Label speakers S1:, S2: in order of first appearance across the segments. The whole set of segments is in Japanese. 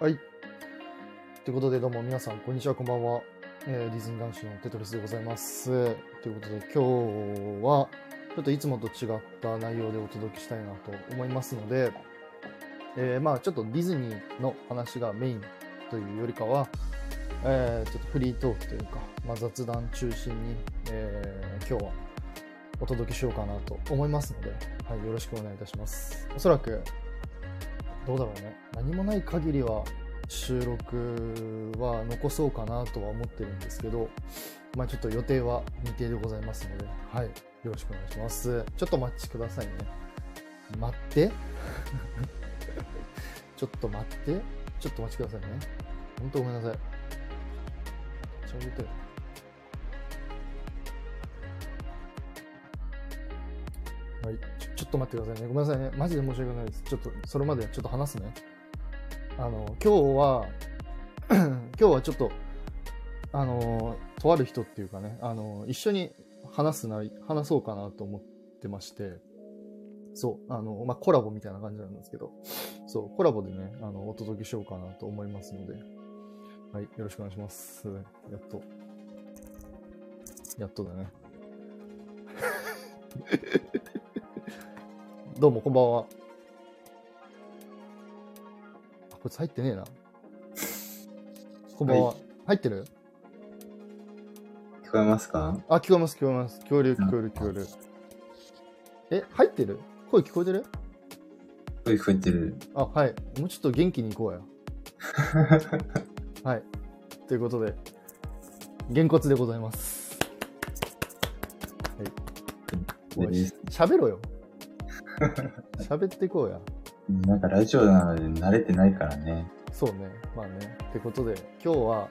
S1: はい。ということで、どうも皆さん、こんにちは、こんばんは。えーディズニー男子のテトリスでございます。ということで、今日は、ちょっといつもと違った内容でお届けしたいなと思いますので、えーまあ、ちょっとディズニーの話がメインというよりかは、えーちょっとフリートークというか、まあ、雑談中心に、えー今日はお届けしようかなと思いますので、はい、よろしくお願いいたします。おそらく、どうだろうね何もない限りは収録は残そうかなとは思ってるんですけどまあちょっと予定は未定でございますのではいよろしくお願いしますちょっとお待ちくださいね待って ちょっと待ってちょっとお待ちくださいねほんとごめんなさいちょうど言ってるはい、ちょちょっと待ってくださいね。ごめんなさいね。マジで申し訳ないです。ちょっと、それまでちょっと話すね。あの、今日は、 今日はちょっと、あの、とある人っていうかね、あの、一緒に話すな、話そうかなと思ってまして、そう、あの、まあ、コラボみたいな感じなんですけど、そう、コラボでね、あの、お届けしようかなと思いますので、はい、よろしくお願いします。やっと。やっとだね。 どうも、こんばんは。あ、こいつ入ってねえな。こんばんは。
S2: は
S1: 入ってる
S2: 聞こえますか
S1: あ、聞こえます、聞こえます。恐竜、聞こえる、聞こえる。え、入ってる声聞こえてる
S2: 声聞こえてる。
S1: あ、はい。もうちょっと元気にいこうや。はい。ということで、げんこつでございます。おい喋ろよ。喋っていこうや。
S2: なんかラジオなので慣れてないからね。
S1: そうね、まあね。ってことで、今日は、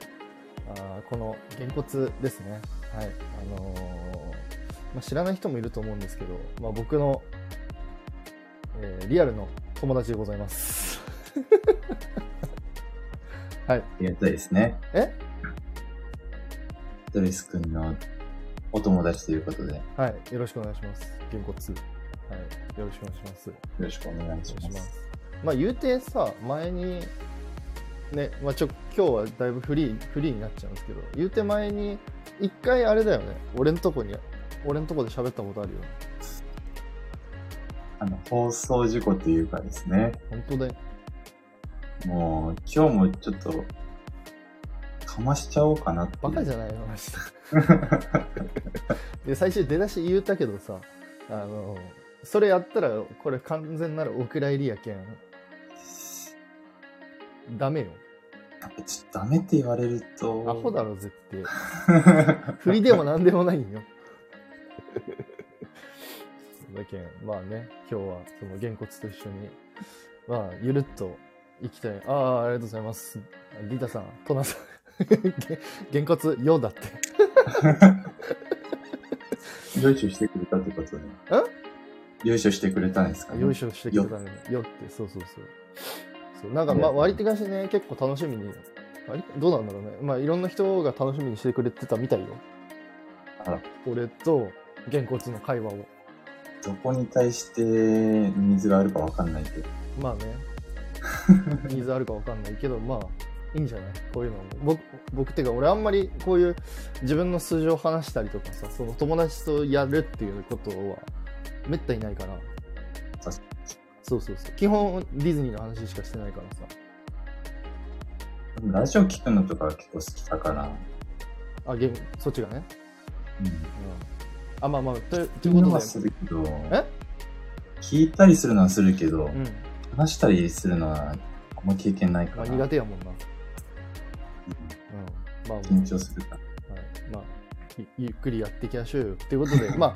S1: あーこの、げんこつですね。はい。あのーまあ、知らない人もいると思うんですけど、まあ、僕の、えーリアルの友達でござい ます。
S2: ありがたいですね。
S1: え
S2: ドレス君のお友達ということで、よ
S1: はい。よろしくお願いします。げんこつ。はい。よろしくお願いします。
S2: ろしくお願
S1: お
S2: いし
S1: 願
S2: ま。
S1: いしますす。まあ言うてさ、前に、ね、まあちょ、今日はだいぶフリー、フリーになっちゃうんですけど、言うて前に、一回あれだよね、俺のとこに、俺のとこで喋ったことあるよ。
S2: あの、放送事故というかですね、
S1: 本当だよ。
S2: もう今日もちょっと、かましちゃおうかなっていう。
S1: バカじゃないの、マジで。で、最初出だし言うたけどさ、あの、それやったら、これ完全なるお蔵入りやけん、ダメよ。
S2: やっぱちょっとダメって言われると。
S1: アホだろ、絶対。 振りでも何でもないんよ。だけん、まあね、今日はそのげんこつと一緒に、まあ、ゆるっと行きたい。ああ、ありがとうございます。リータさん、トナさん、 げげんこつ、ようだって。
S2: よいしょしてくれたってことで。よいしょしてくれたんですか、ね、
S1: よいしょしてくれたね。よって、そうそうそう。そうなんか、まあ、
S2: うん
S1: 割り手がしね、結構楽しみに、割りどうなんだろうね。まあ、いろんな人が楽しみにしてくれてたみたいよ。
S2: あら
S1: 俺と、げんこつの会話を。
S2: どこに対してニーズがあるかわかんないけど。
S1: まあね、 ニーズあるかわかんないけど、まあ、いいんじゃないこういうのも。僕、僕ってか、俺あんまりこういう自分の数字を話したりとかさ、その友達とやるっていうことは、めったにないから。
S2: 確か
S1: そうそうそう。基本、ディズニーの話しかしてないからさ。
S2: にラジオ聞くのとかは結構好きだから。
S1: あ、ゲーム、そっちがね。
S2: うん
S1: うん。あ、まあまあ、とと
S2: 聞
S1: い
S2: く
S1: う
S2: の
S1: こ
S2: は
S1: と
S2: す
S1: で。
S2: るけど
S1: え、
S2: 聞いたりするのはするけど、
S1: うん。
S2: 話したりするのはあんま経験ないか
S1: まあ、
S2: ら、
S1: 苦手やもんな。うん。まあ、
S2: 緊張するから。
S1: はい、まあゆゆっくりやっていきましょうよっていうこと でまあ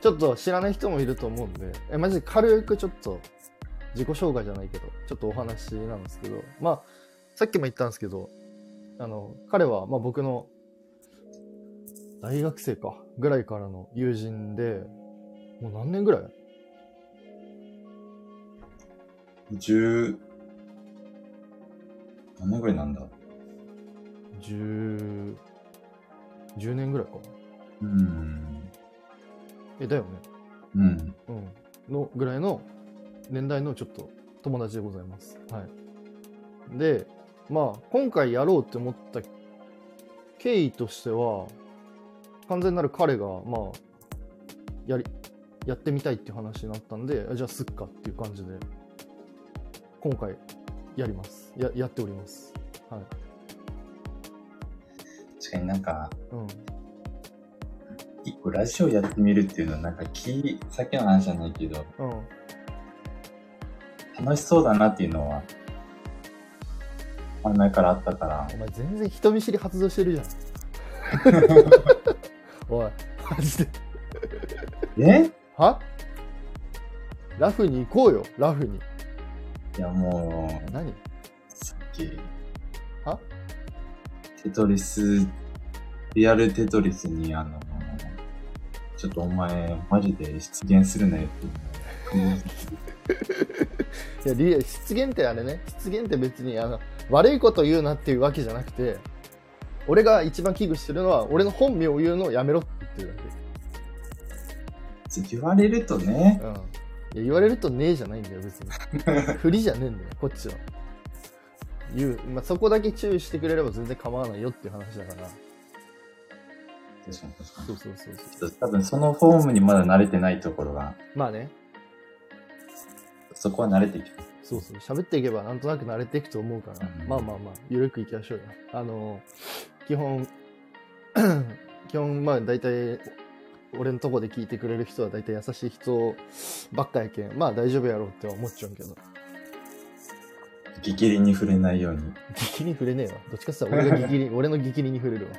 S1: ちょっと知らない人もいると思うんでえマジで軽くちょっと自己紹介じゃないけどちょっとお話なんですけどまあさっきも言ったんですけどあの彼はまあ僕の大学生かぐらいからの友人でもう何年ぐらい
S2: 10、何年ぐらいなんだ
S1: 10, 10年ぐらいか
S2: うん。
S1: えだよね
S2: うん。
S1: うん、のぐらいの年代のちょっと友達でございます。はい。で、まあ、今回やろうって思った経緯としては、完全なる彼が、まあ、やり、やってみたいっていう話になったんで、あじゃあすっかっていう感じで、今回やります。や、やっております。はい。
S2: 確かになんか、
S1: うん。
S2: 一個ラジオやってみるっていうのはなんか気、さっきの話じゃないけど、
S1: うん。
S2: 楽しそうだなっていうのは、前からあったから
S1: お、前全然人見知り発動してるじゃん。おい、マジで。
S2: え
S1: はラフに行こうよ、ラフに。
S2: いやもう、
S1: 何
S2: さっき、
S1: は
S2: テトリス、リアルテトリスにあの、ちょっとお前、マジで出現するなよっていうのを
S1: いやリア失言ってあれね失言って別にあの悪いこと言うなっていうわけじゃなくて俺が一番危惧してるのは俺の本名を言うのをやめろって言ってるだ
S2: 言われるとね
S1: け、、うん、いや言われるとねえじゃないんだよ別に振りじゃねえんだよこっちは言う、まあ、そこだけ注意してくれれば全然構わないよっていう話だから
S2: 確かに確か
S1: そうそうそうそう
S2: に。多分そのフォームにまだ慣れてないところが、
S1: まあね
S2: そこは慣れてきます。
S1: そうそう喋っていけばなんとなく慣れていくと思うから、
S2: うん
S1: まあまあまあゆるくいきましょうよあの基本 基本まあ大体俺のとこで聞いてくれる人は大体優しい人ばっかやけんまあ大丈夫やろうっては思っちゃうけど
S2: ギリギリに触れないように。
S1: 激に触れねえわどっちかって言ったら俺が激に俺の激に触れるわ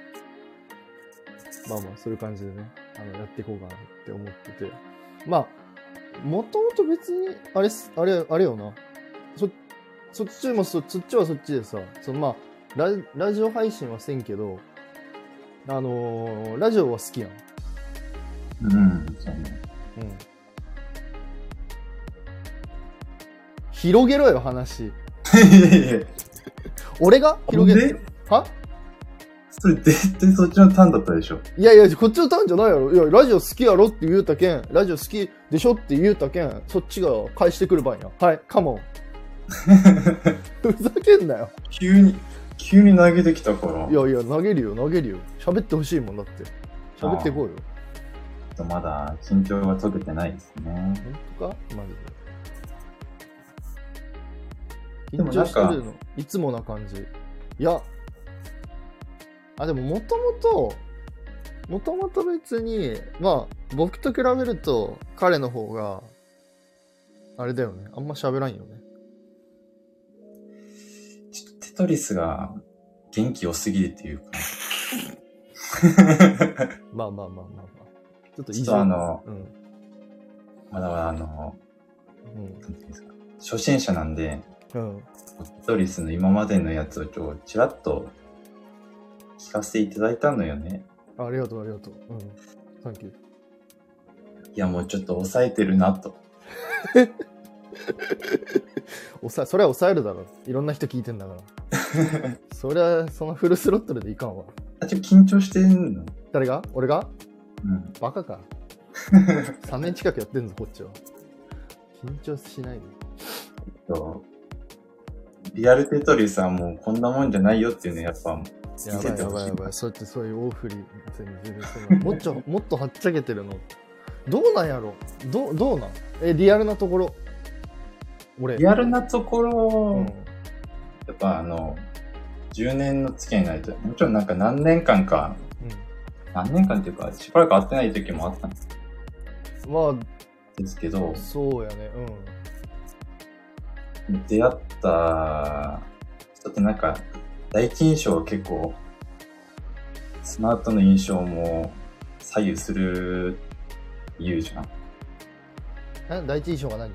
S1: まあまあそういう感じでねあのやっていこうかなって思っててまあもともと別にあれっすあれあれよなそそっちもそそっちはそっちでさそのまあララジオ配信はせんけどあのーラジオは好きやん
S2: うん、そうね。
S1: うん広げろよ話俺が広げ
S2: で
S1: るは
S2: それ絶対そっちのターンだったでしょ。
S1: いやいや、こっちのターンじゃないやろ。いや、ラジオ好きやろって言うたけん、ラジオ好きでしょって言うたけん、そっちが返してくる番や。はい、カ モン。ふざけんなよ。
S2: 急に、急に投げてきたから、
S1: い
S2: ちょ
S1: やいや、投げるよ、投げるよ。喋ってほしいもんだって。喋ってこうよ。
S2: っとまだ緊張が解けてないですね。
S1: 本当かマジで。
S2: で
S1: 緊
S2: もな
S1: 張
S2: ん
S1: し
S2: か
S1: てるのいつもな感じ。いや。あ、でももともと、もともと別に、まあ、僕と比べると彼の方が、あれだよね。あんま喋らんよね。
S2: ちょっとテトリスが元気良すぎるっていうか、
S1: まあまあまあまあまあ。ちょっと
S2: ちょっとあの、
S1: うん。
S2: まだまだあの、
S1: うん。
S2: なんていうんですか、初心者なんで、
S1: うん。
S2: テトリスの今までのやつをちょ、ちらっと聞かせていただいたのよね。
S1: あありがとう、ありがとう。うん。サンキュー。
S2: いや、もうちょっと抑えてるなと。
S1: 抑え、それは抑えるだろ。いろんな人聞いてんだ から。そりゃ、そのフルスロットルでいかんわ。
S2: あ、ちょ、緊張してんの
S1: 誰が俺が
S2: うん。
S1: バカ か。3年近くやってんぞ、こっちは。緊張しないで。
S2: そうリアルテトリスはもうこんなもんじゃないよっていうね、やっぱ、
S1: や
S2: 見
S1: ば
S2: て
S1: い
S2: て
S1: や
S2: ほ
S1: ばい
S2: しい
S1: や。ばい。そうやってそういう大振り別に全然 そのもっちょ、もっとはっちゃけてるの。どうなんやろどうどうなんえ、リアルなところ。俺。
S2: リアルなとこ
S1: う
S2: ろ
S1: ん、
S2: やっぱあの、10年の付き合いにないと、もちろんなんか何年間か、何年間っていうか、しばらく会ってない時もあったん
S1: うん。ま
S2: ですけど
S1: あ、、そうやね。うん。
S2: 出会った人ってなんか、第一印象は結構、その後の印象も左右する、言うじゃん。
S1: な第一印象が何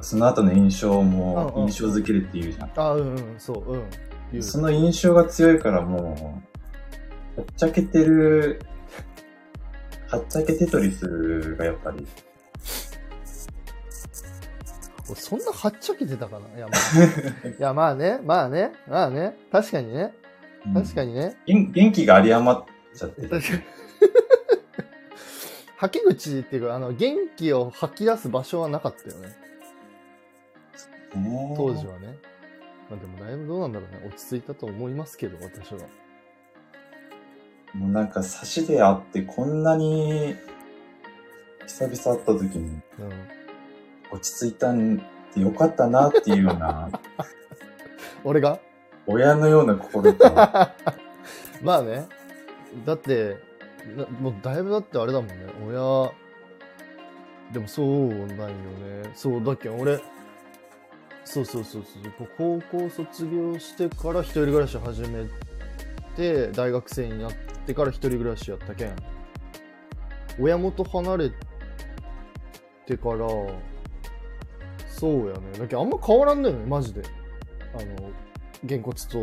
S2: その後の印象も
S1: うんうん
S2: 印象づけるって言うじゃん。
S1: あ、うんうん、そう、うん。言う
S2: その印象が強いからもう、はっちゃけてる、はっちゃけテトリスがやっぱり、
S1: 俺そんなはっちゃけてたかないや,、ま あ、いやまあねまあねまあね確かにね確か
S2: に。
S1: にね、
S2: 元元気が有り余っちゃってる。
S1: 確かに吐き口っていうかあの元気を吐き出す場所はなかったよね
S2: ね
S1: 当時はねまあ、でもだいぶどうなんだろうね。落ち着いたと思いますけど、私は。
S2: もうなんか差しであってこんなに久々会った時に
S1: うん。
S2: 落ち着いたんでよかったなっていうような
S1: 俺が
S2: 親のような心と
S1: まあね。だって、なもうだいぶだってあれだもんね。親、でもそうなんよね。そう、だっけん俺、そうそうそうそう。こ高校卒業してから一人暮らし始めて、大学生になってから一人暮らしやったけん。親元離れてから、そうやね。だけどあんま変わらんだよね、マジで。あの、げんこつと、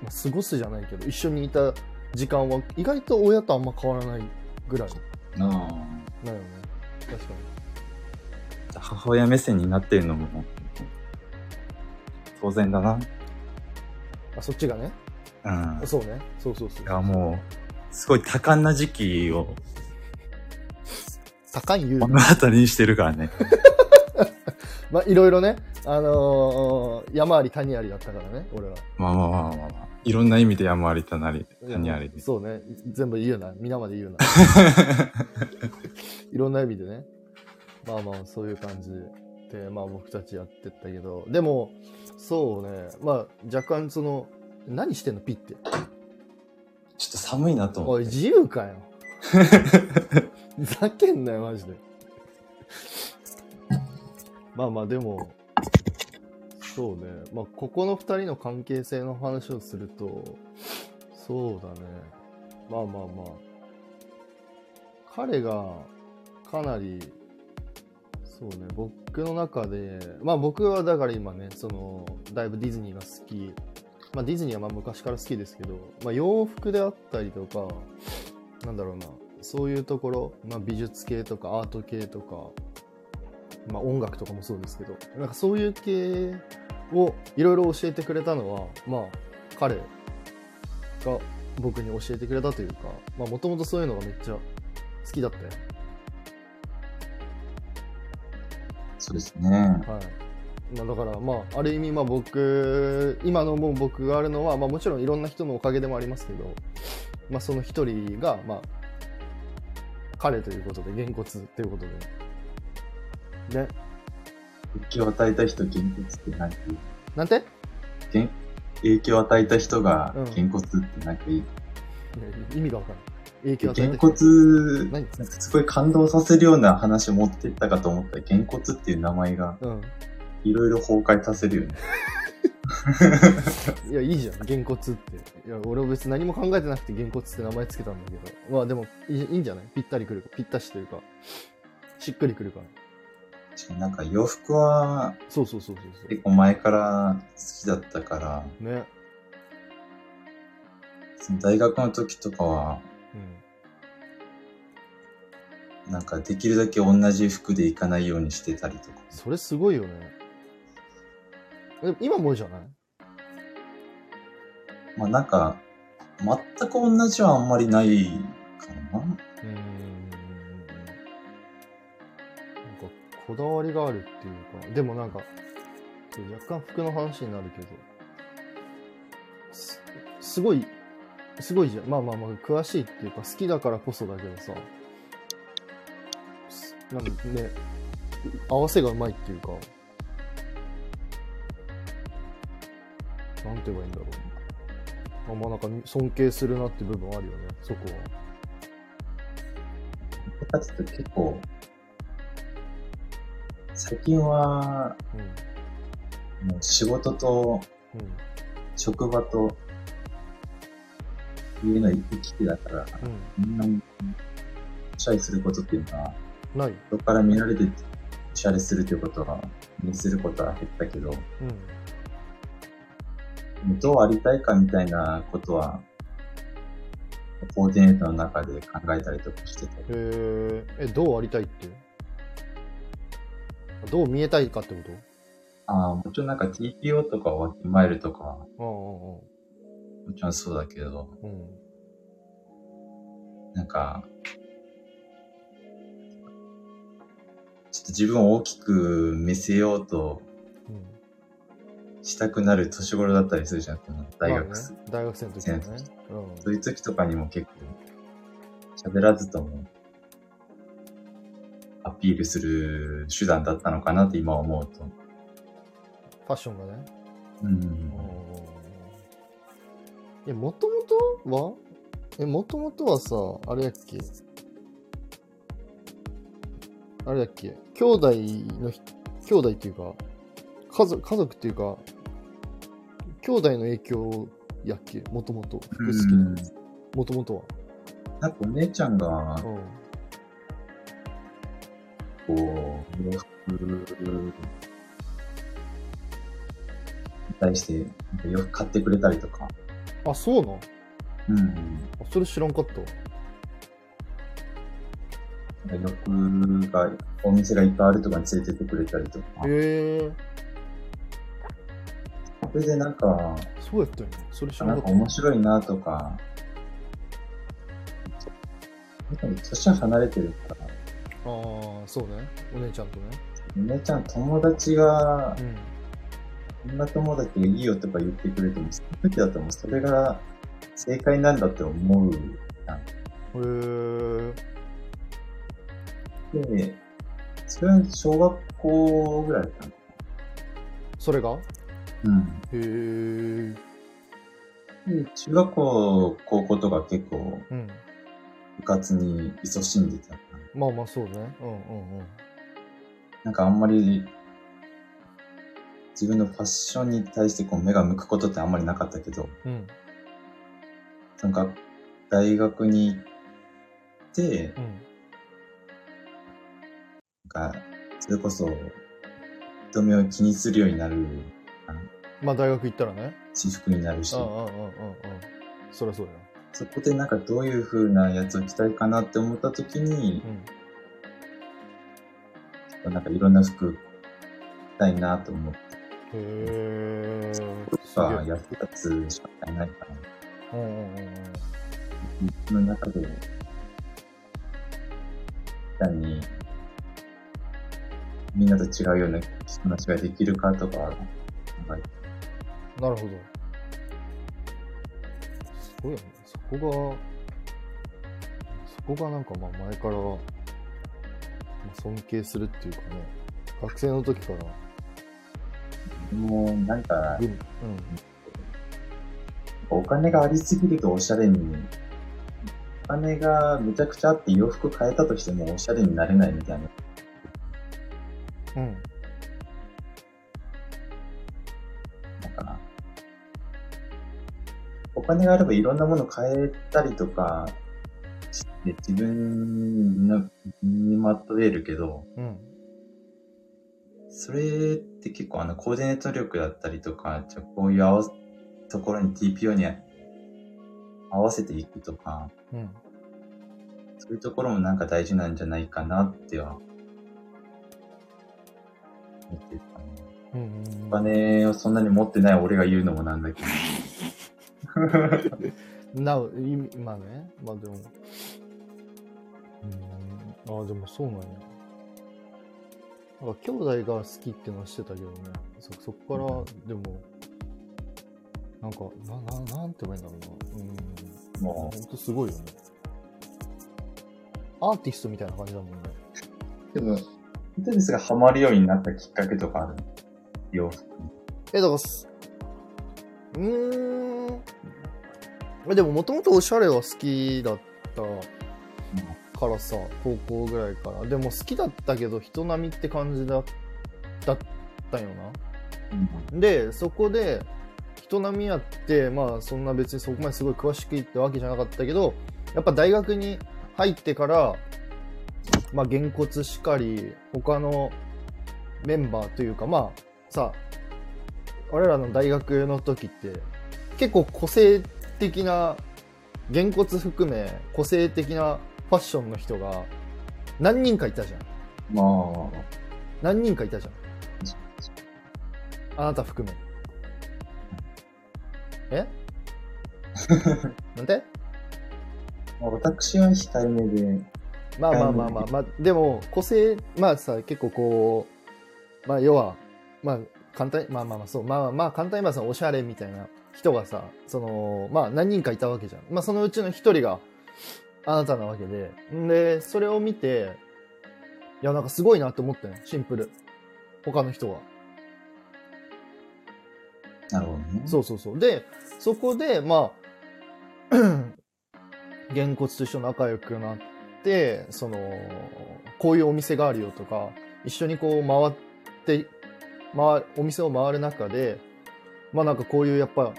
S1: まあ過ごすじゃないけど、一緒にいた時間は意外と親とあんま変わらないぐらい
S2: な
S1: だよね。確かに。
S2: あ母親目線になってるのも当然だな
S1: あ、そっちがね。
S2: うん
S1: そうね。そうそうそう。
S2: いやもうすごい多感な時期を
S1: 高い言う
S2: 目の当たりにしてるからね
S1: まあ、いろいろね、あのー山あり谷ありだったからね、俺は。
S2: まあまあまあまあ、まあ、いろんな意味で山ありたなり谷ありです
S1: そうね。全部言うな。皆まで 言うな。いろんな意味でね。まあまあ、そういう感じで、まあ僕たちやってったけど、でも、そうね、まあ若干その、何してんのピって。
S2: ちょっと寒いなと思
S1: お
S2: っ
S1: い、
S2: て
S1: 自由 かよ。ふざけんなよ、マジで。まあまあ、でも、そうね。まあ、ここの二人の関係性の話をすると、そうだね。まあまあまあ。彼が、かなり、そうね、僕の中で、まあ僕はだから今ね、その、だいぶディズニーが好きまあ、ディズニーはまあ昔から好きですけど、まあ、洋服であったりとか、なんだろうな、そういうところ、まあ、美術系とかアート系とか、まあ、音楽とかもそうですけど、なんかそういう系をいろいろ教えてくれたのは、まあ、彼が僕に教えてくれたというか、まあ、もともとそういうのがめっちゃ好きだったよ。
S2: そうですね
S1: はい。まあ、だから、まあ、ある意味、まあ、僕、今のもう僕があるのは、まあ、もちろんいろんな人のおかげでもありますけど、まあ、その一人が、まあ、彼ということで、げんこつということで。ね、
S2: 影響を与えた人原骨ってなんかいい
S1: なんて
S2: 原影響を与えた人が
S1: うん
S2: 原骨ってなんかいい、
S1: 意味がわからん。影響を与え
S2: 原
S1: て
S2: 骨
S1: 何
S2: なんかすごい感動させるような話を持ってったかと思ったら原骨っていう名前が
S1: うん。
S2: いろいろ崩壊させるよね
S1: いや、いいじゃん、げんこつって。いや、俺は別に何も考えてなくて、げんこつって名前つけたんだけど。まあ、でもいい、いいんじゃないぴったりくるか。ぴったしというか、しっくりくるから。
S2: 確かになんか洋服は
S1: そうそうそうそうそう。
S2: 結構前から好きだったから
S1: ね。
S2: その大学の時とかは
S1: うん。
S2: なんかできるだけ同じ服で行かないようにしてたりとか
S1: それすごいよね。え今もじゃない
S2: まあなんか全く同じはあんまりないかな
S1: うん。なんか、こだわりがあるっていうか、でもなんか、若干服の話になるけど、すすごい、すごいじゃん。まあまあまあ、詳しいっていうか、好きだからこそだけどさ、すなんかね、合わせがうまいっていうか、なんて言えばいいんだろう。あまあなんか尊敬するなって部分あるよね、そこは。
S2: かつて結構、最近は、
S1: うん。
S2: もう仕事と
S1: う
S2: 職場と、いうの行き来だから、
S1: ん、
S2: みんなに、おしゃれすることっていうのは、
S1: うん、ない。
S2: 人から見られて、おしゃれするということは、見せることは減ったけど、
S1: うん、
S2: どうありたいかみたいなことは、コーディネートの中で考えたりとかして
S1: へ
S2: て、
S1: ーえ、どうありたいってどう見えたいかってこと
S2: ああ、もちろんなんか TPO とかワーキングマイルとかは、も
S1: ああ
S2: ちろんそうだけど、、
S1: うんうん、
S2: なんか、ちょっと自分を大きく見せようと
S1: うん、
S2: したくなる年頃だったりするじゃん、この大学
S1: まあ
S2: 生。
S1: ね、大学生の時はね
S2: 生の時。
S1: うん。
S2: そういう時とかにも結構、喋らずとも、アピールする手段だったのかなって今思うと。
S1: ファッションがね。
S2: うん。
S1: え、もともとはえ、もともとはさ、あれやっけあれだっけ兄弟のひ、兄弟っていうか、家族、家族っていうか、兄弟の影響やっけもともと。服好き
S2: うん
S1: な。もともとは。
S2: なんかお姉ちゃんが
S1: う、ん。
S2: こう、洋服に対して、洋服買ってくれたりとか。
S1: あ、そうなんあ
S2: うん。
S1: それ知らんかった。
S2: 大学が、お店がいっぱいあるとかに連れてってくれたりとか。
S1: へえ、
S2: それでなんか、
S1: そうやったんや。それ知ら
S2: なんん
S1: かっ
S2: か
S1: た。
S2: 面白いなとか、年は離れてるから、
S1: ああ、そうね。お姉ちゃんとね。
S2: お姉ちゃん友達が
S1: う、ん。
S2: こんな友達がいいよとか言ってくれても、その時だともうそれが正解なんだって思う。
S1: へえ。
S2: で、それは小学校ぐらいだったの
S1: それがへ
S2: うん。
S1: え。
S2: で中学校、高校とか結構
S1: うん。
S2: 部活に勤しんでたから。
S1: まあまあそうね。うんうんうん。
S2: なんかあんまり、自分のファッションに対してこう目が向くことってあんまりなかったけど、
S1: うん
S2: その学大学に行って、
S1: うん。
S2: なんか、それこそ、人目を気にするようになる、
S1: まあ大学行ったらね。
S2: 私服になるし、
S1: うんう
S2: そ
S1: んうんうんうん。そりゃそうやな。
S2: こでなんかどういう風なやつを着たいかなって思った時に、
S1: う
S2: なんかいろんな服着たいなと思って、
S1: ん。へえ。す
S2: やっ
S1: げえ。
S2: 安いやつしか買えないから、
S1: うんうんうんうん。
S2: その中で、単に、みんなと違うような話ができるかとか、なんか
S1: なるほど。すごいよね。そこが、そこがなんかまあ前から、まあ、尊敬するっていうかね、学生の時から、
S2: もうなんか、
S1: 文、うん、
S2: お金がありすぎるとおしゃれに、お金がめちゃくちゃあって洋服変えたとしてもおしゃれになれないみたいな。
S1: うん、
S2: だから、お金があればいろんなもの変えたりとかして、自分の身にまとえるけど、
S1: うん。
S2: それって結構あのコーディネート力だったりとか、じゃあこういう合わせところに TPO に合わせていくとか、
S1: うん、
S2: そういうところもなんか大事なんじゃないかなっては、思ってるかな
S1: うん、
S2: お
S1: うん
S2: 金をそんなに持ってない俺が言うのもなんだけど、
S1: うん。なう、意味まあね、まあでも、うん、ああ、でもそうなんや。なんか兄弟が好きってのはしてたけどね、そ、そこから、でも、なんか、な、な、なんて言えばいいんだろうな。うん。
S2: も
S1: ほんとすごいよね。アーティストみたいな感じだもんね。
S2: う、でも、インターネスがハマるようになったきっかけとかある洋服に。
S1: え、だからす、うーん。えでも、もともとおしゃれは好きだったからさ、高校ぐらいから。でも、好きだったけど、人並みって感じだだったよな。でそこで人並みやってまあそんな別にそこまですごい詳しくいってわけじゃなかったけどやっぱ大学に入ってからまあげんこつしかり他のメンバーというかまあさ我らの大学の時って結構個性的なげんこつ含め個性的なファッションの人が何人かいたじゃん
S2: まあ、
S1: 何人かいたじゃんあなた含め。えなんで
S2: まあ、私は控えめで、
S1: まあまあまあまあ、まあ、でも、個性、まあさ、結構こう、まあ要は、まあ簡単まあまあまあそうまあまあ簡単に言えばそのおしゃれみたいな人がさそのまあ何人かいたわけじゃんまあそのうちの一人があなたなわけでんでそれを見ていやなんかすごいなって思ったよシンプル他の人は
S2: なるほどね。
S1: そうそうそう。で、そこで、ま あ、げんこつと一緒に仲良くなって、その、こういうお店があるよとか、一緒にこう回って、回お店を回る中で、まあなんかこういうやっぱ、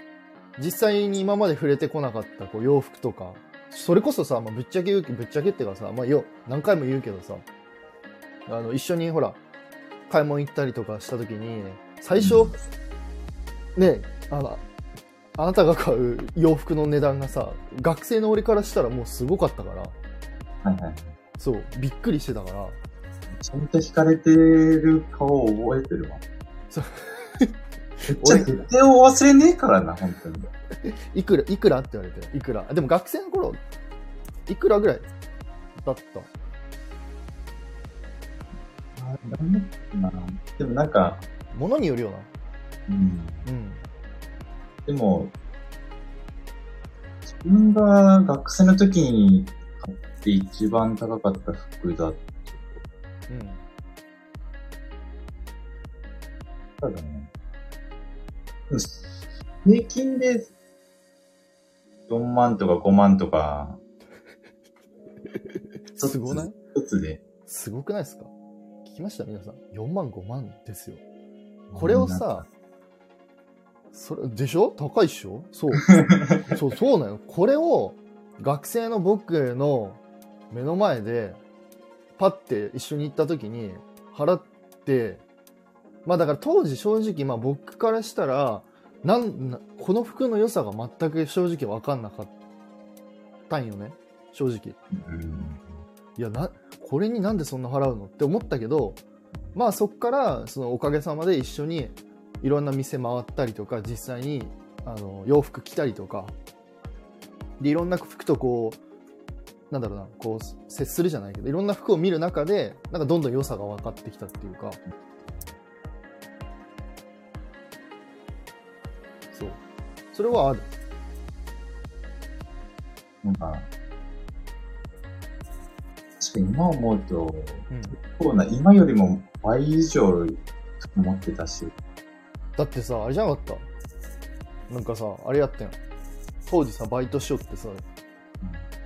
S1: 実際に今まで触れてこなかったこう洋服とか、それこそさ、まあ、ぶっちゃけ言うけぶっちゃけっていうかさ、まあよ、何回も言うけどさ、あの、一緒にほら、買い物行ったりとかした時に、最初、
S2: うん
S1: ねあのあなたが買う洋服の値段がさ学生の俺からしたらもうすごかったから
S2: はいはい。
S1: そうびっくりしてたから
S2: ちゃんと惹かれてる顔を覚えてるわ。
S1: そう
S2: めっちゃ絶対を忘れねえからな、本当に。
S1: いくらいくらって言われていくらでも学生の頃いくらぐらいだった
S2: なんだっけなでもなんか、
S1: ものによるよな
S2: うん、
S1: うん
S2: でも、自分が学生の時に買って一番高かった服だっ
S1: うん
S2: たらね。でも平均で4万とか5万とか、
S1: すごない
S2: 一つで。
S1: すごくないですか聞きました皆さん4万5万ですよこれをさ、それでしょ高いっしょそうそうそうなのこれを学生の僕の目の前でパッて一緒に行った時に払ってまあだから当時正直まあ僕からしたらなんなこの服の良さが全く正直分かんなかったんよね正直
S2: うん
S1: いやなこれになんでそんな払うのって思ったけどまあそっからそのおかげさまで一緒にいろんな店回ったりとか実際にあの洋服着たりとかでいろんな服とこうなんだろうなこう接するじゃないけどいろんな服を見る中でなんかどんどん良さが分かってきたっていうかそうそれはある
S2: なんか、確かに今思うと、
S1: うん
S2: コロナ今よりも倍以上持ってたし、
S1: だってさあれじゃなかったなんかさあれやってん当時さバイトしよってさ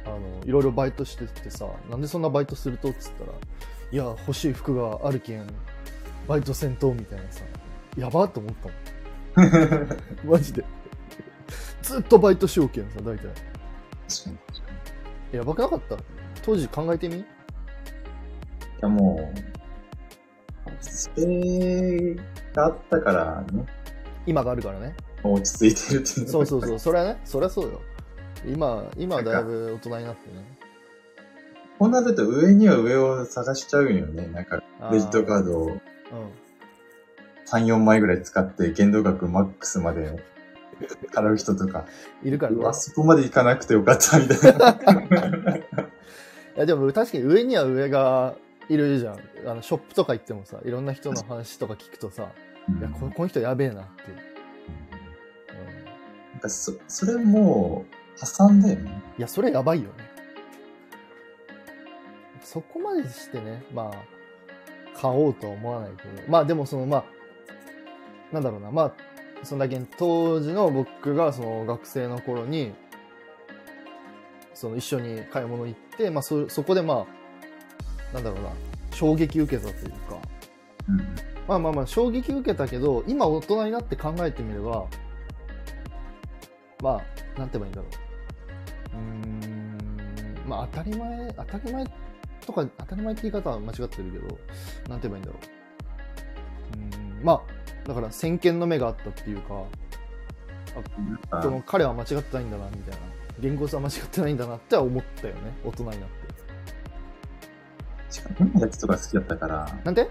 S1: あのいろいろバイトしてってさなんでそんなバイトするとっつったらいや欲しい服があるけんバイトせんとみたいなさやばって思った もんマジでずっとバイトしようけんさ大体
S2: 確かに確かに。い
S1: やばくなかった当時考えてみ
S2: やもう、それがあったからね、
S1: 今があるからね
S2: 落ち着いてるっていう。
S1: そうそうう そうそれはねそりゃそうよ今今はだいぶ大人になってね
S2: こんなだと上には上を探しちゃうんよね。なんか、
S1: あ
S2: クレジットカードを
S1: うん
S2: 3、4枚ぐらい使って限度額マックスまで払う人とか、
S1: いるからね
S2: うわ、そこまでいかなくてよかったみたいな。
S1: いやでも確かに上には上がいるじゃんあのショップとか行ってもさいろんな人の話とか聞くとさ いやここの人やべえなっていう、うん
S2: なんかそ、それもう、破産だよね。
S1: いやそれやばいよねそこまでしてねまあ買おうとは思わないけどまあでもそのまあなんだろうなまあそんだけ当時の僕がその学生の頃にその一緒に買い物行って、まあ、そそこでまあなんだろうな衝撃受けたというか
S2: うん。
S1: まあまあまあ衝撃受けたけど今大人になって考えてみればまあなんて言えばいいんだろううーんまあ当たり前当たり前とか当たり前って言い方は間違ってるけどなんて言えばいいんだろううーんまあだから先見の目があったっていうか
S2: なんか
S1: その彼は間違ってないんだなみたいな言語差は間違ってないんだなっては思ったよね大人になって
S2: しかも変なやつとか好きだったから、
S1: なんて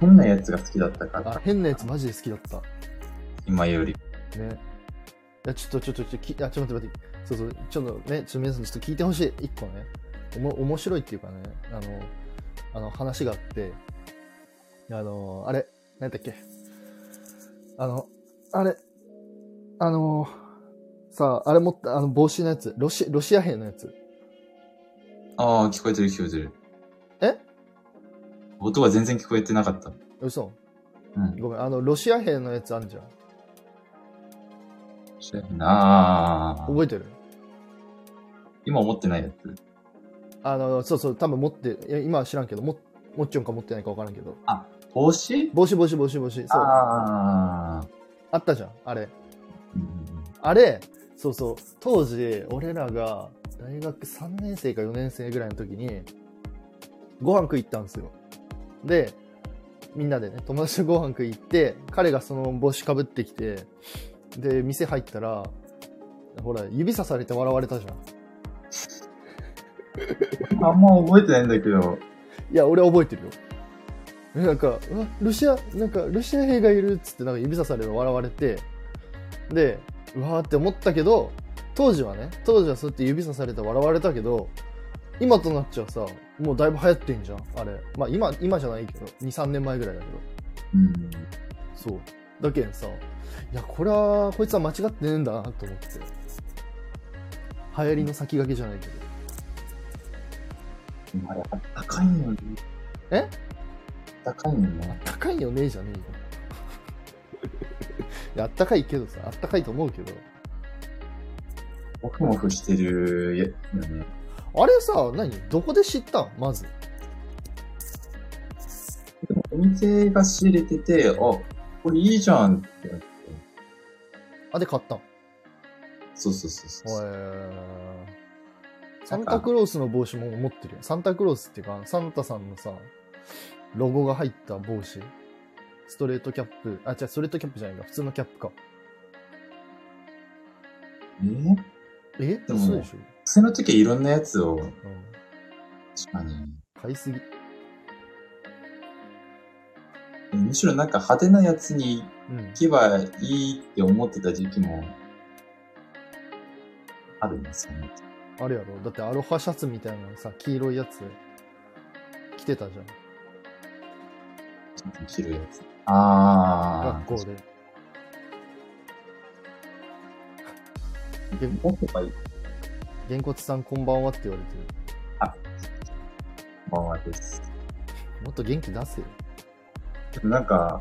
S2: 変なやつが好きだったか
S1: あ
S2: ら、
S1: 変なやつマジで好きだった
S2: 今より。
S1: ね。いや、ちょっと、ちょっと、ちょっと、きあ、ちょっと待って待って。そうそう、ちょっとね、ちょっと皆さんちょっと聞いてほしい。一個ね。おも、面白いっていうかね、あの、あの、話があって、あの、あれ、何だっけ。あの、あれ、あのーさあ、あれ持った、あの、帽子のやつ、ロシ、ロシア兵のやつ。
S2: ああ、聞こえてる聞こえてる。
S1: え
S2: 音が全然聞こえてなかった。
S1: 嘘
S2: うん。
S1: ごめん、あの、ロシア兵のやつあんじゃん。
S2: ああ、
S1: 覚えてる
S2: 今思ってないやつ。
S1: あの、そうそう、多分持って、いや今は知らんけど、も、もっちょんか持ってないか分からんけど。
S2: 帽子
S1: 帽子、帽子、帽子、帽子。そう。あ
S2: ああ、
S1: ったじゃん、あれ。
S2: うんうん
S1: あれ、そうそう、当時、俺らが、大学3年生か4年生ぐらいの時に、ご飯食い行ったんですよ。で、みんなでね、友達とご飯食い行って、彼がその帽子かぶってきて、で、店入ったら、ほら、指さされて笑われたじゃん。
S2: うんあんま覚えてないんだけど、
S1: いや、俺は覚えてるよ。えなんか、うわロシア、なんか、ロシア兵がいるっつって、なんか指さされて笑われて、で、うわーって思ったけど、当時はね、当時はそうやって指さされて笑われたけど、今となっちゃさ、もうだいぶ流行ってんじゃん、あれ。まあ今、今じゃないけど、2、3年前ぐらいだけど。
S2: うん。
S1: そう。だけんさ、いや、これは、こいつは間違ってねえんだなと思って。流行りの先駆けじゃないけど。
S2: あれ、高いよね。
S1: え
S2: 高いよね。
S1: 高いよねえじゃねえよいやあったかいけどさあったかいと思うけど
S2: もふもふしてるやつだね。
S1: あれさ何どこで知ったんまず
S2: でもお店が仕入れてて、あ、これいいじゃんってなって。
S1: あで買ったんへ
S2: そうそうそうそう。
S1: えサンタクロースの帽子も持ってるよサンタクロースっていうかサンタさんのさロゴが入った帽子ストレートキャップあ違うストレートキャップじゃないか普通のキャップか
S2: え
S1: え
S2: でも
S1: そうでしょ、
S2: その時はいろんなやつを、
S1: うん、
S2: 確かに。
S1: 買いすぎ
S2: むしろなんか派手なやつに
S1: うん
S2: 行けばいいって思ってた時期も、あるんですよね。
S1: あれやろだってアロハシャツみたいなさ黄色いやつ着てたじゃん
S2: ちょっと着るやつ。ああ。
S1: 学校で
S2: でも、今回、
S1: げんこつさんこんばんはって言われてる。
S2: まあまあです。
S1: もっと元気出せよ。
S2: でもなんか、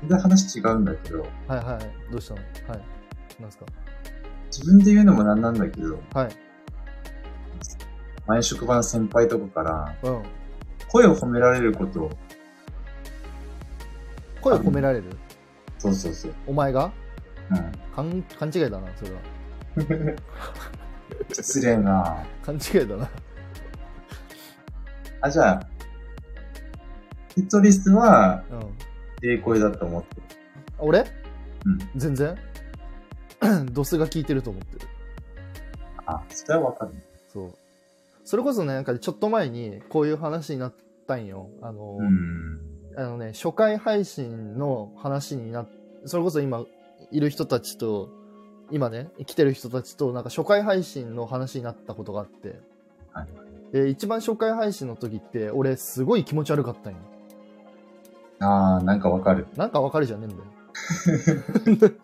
S2: 全然話違うんだけど、
S1: はいはい。どうしたのはい。なんすか
S2: 自分で言うのもなんなんだけど、
S1: はい。
S2: 前職場の先輩とかから、
S1: うん。
S2: 声を褒められること、
S1: 声を褒められる
S2: そうそうそう。
S1: お前が
S2: うん。
S1: 勘勘違いだな、それは。
S2: 失礼な
S1: 勘違いだな。
S2: あ、じゃあ、テトリスは、
S1: うん。
S2: ええ声だと思ってる。
S1: あ俺
S2: うん。
S1: 全 然ドスが効いてると思ってる。
S2: あ、それはわかる。
S1: そう。それこそね、なんかちょっと前にこういう話になったんよ。あの、
S2: うん。
S1: あのね、初回配信の話になっそれこそ今、いる人たちと、今ね、来てる人たちと、なんか初回配信の話になったことがあって、
S2: はい
S1: で、一番初回配信の時って、俺、すごい気持ち悪かったんよ。
S2: ああ、なんかわかる。
S1: なんかわかるじゃねえんだよ。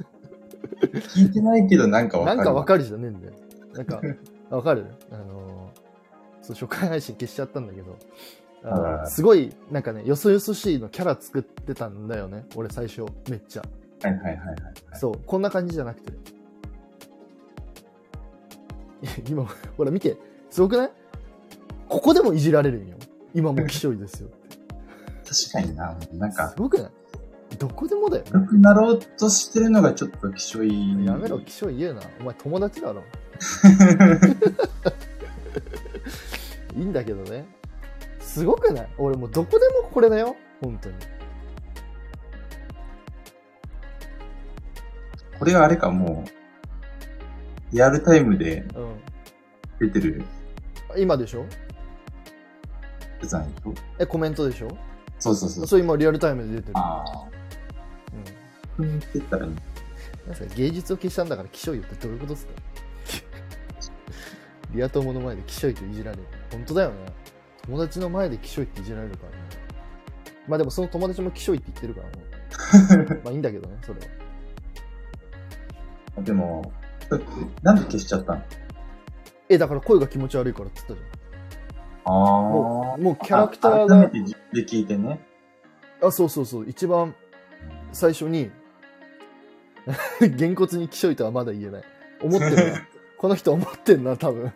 S2: 聞いてないけど、なんかわか
S1: な
S2: る。
S1: んかわ
S2: る。
S1: かるじゃねえんだよ。なんか、 わかるあのーそう、初回配信消しちゃったんだけど、あの
S2: あー
S1: すごい、なんかね、よそよそしいのキャラ作ってたんだよね。俺、最初、めっちゃ。
S2: はいはいはいはい。
S1: そう、こんな感じじゃなくて。 いや今、ほら見て、すごくないここでもいじられるんよ。今もう気象いですよ。
S2: 確かにな。 なん
S1: す
S2: か、
S1: ごくないどこでもだよ。
S2: 良くなろうとしてるのがちょっときしょい。
S1: やめろ、気象言うな。お前友達だろ。 いいんだけどね。すごくない俺もうどこでもこれだよ。本当に。
S2: これはあれか、もう、リアルタイムで
S1: う
S2: 出てる
S1: ん。今でしょ
S2: やつなんでしょ
S1: え、コメントでしょ
S2: そうそうそう。
S1: そう、今リアルタイムで出てる。
S2: ああ。
S1: うん。
S2: うんって言ったらいい。
S1: なんすか芸術を消したんだから気象言ってどういうことですか リア友の前で気象言っていじられる。本当だよね。友達の前で気象言っていじられるからね。まあでもその友達も気象言って言ってるからね。まあいいんだけどね、それは。
S2: でも、なんで消しちゃったの
S1: え、だから声が気持ち悪いからって言ったじゃん。も
S2: あ
S1: う、もうキャラクター
S2: 改め
S1: が、
S2: て自分で聞いてね。
S1: あ、そうそうそう、一番最初に、 げんこつに気象いとはまだ言えない。思ってるな。この人思ってんな、多分。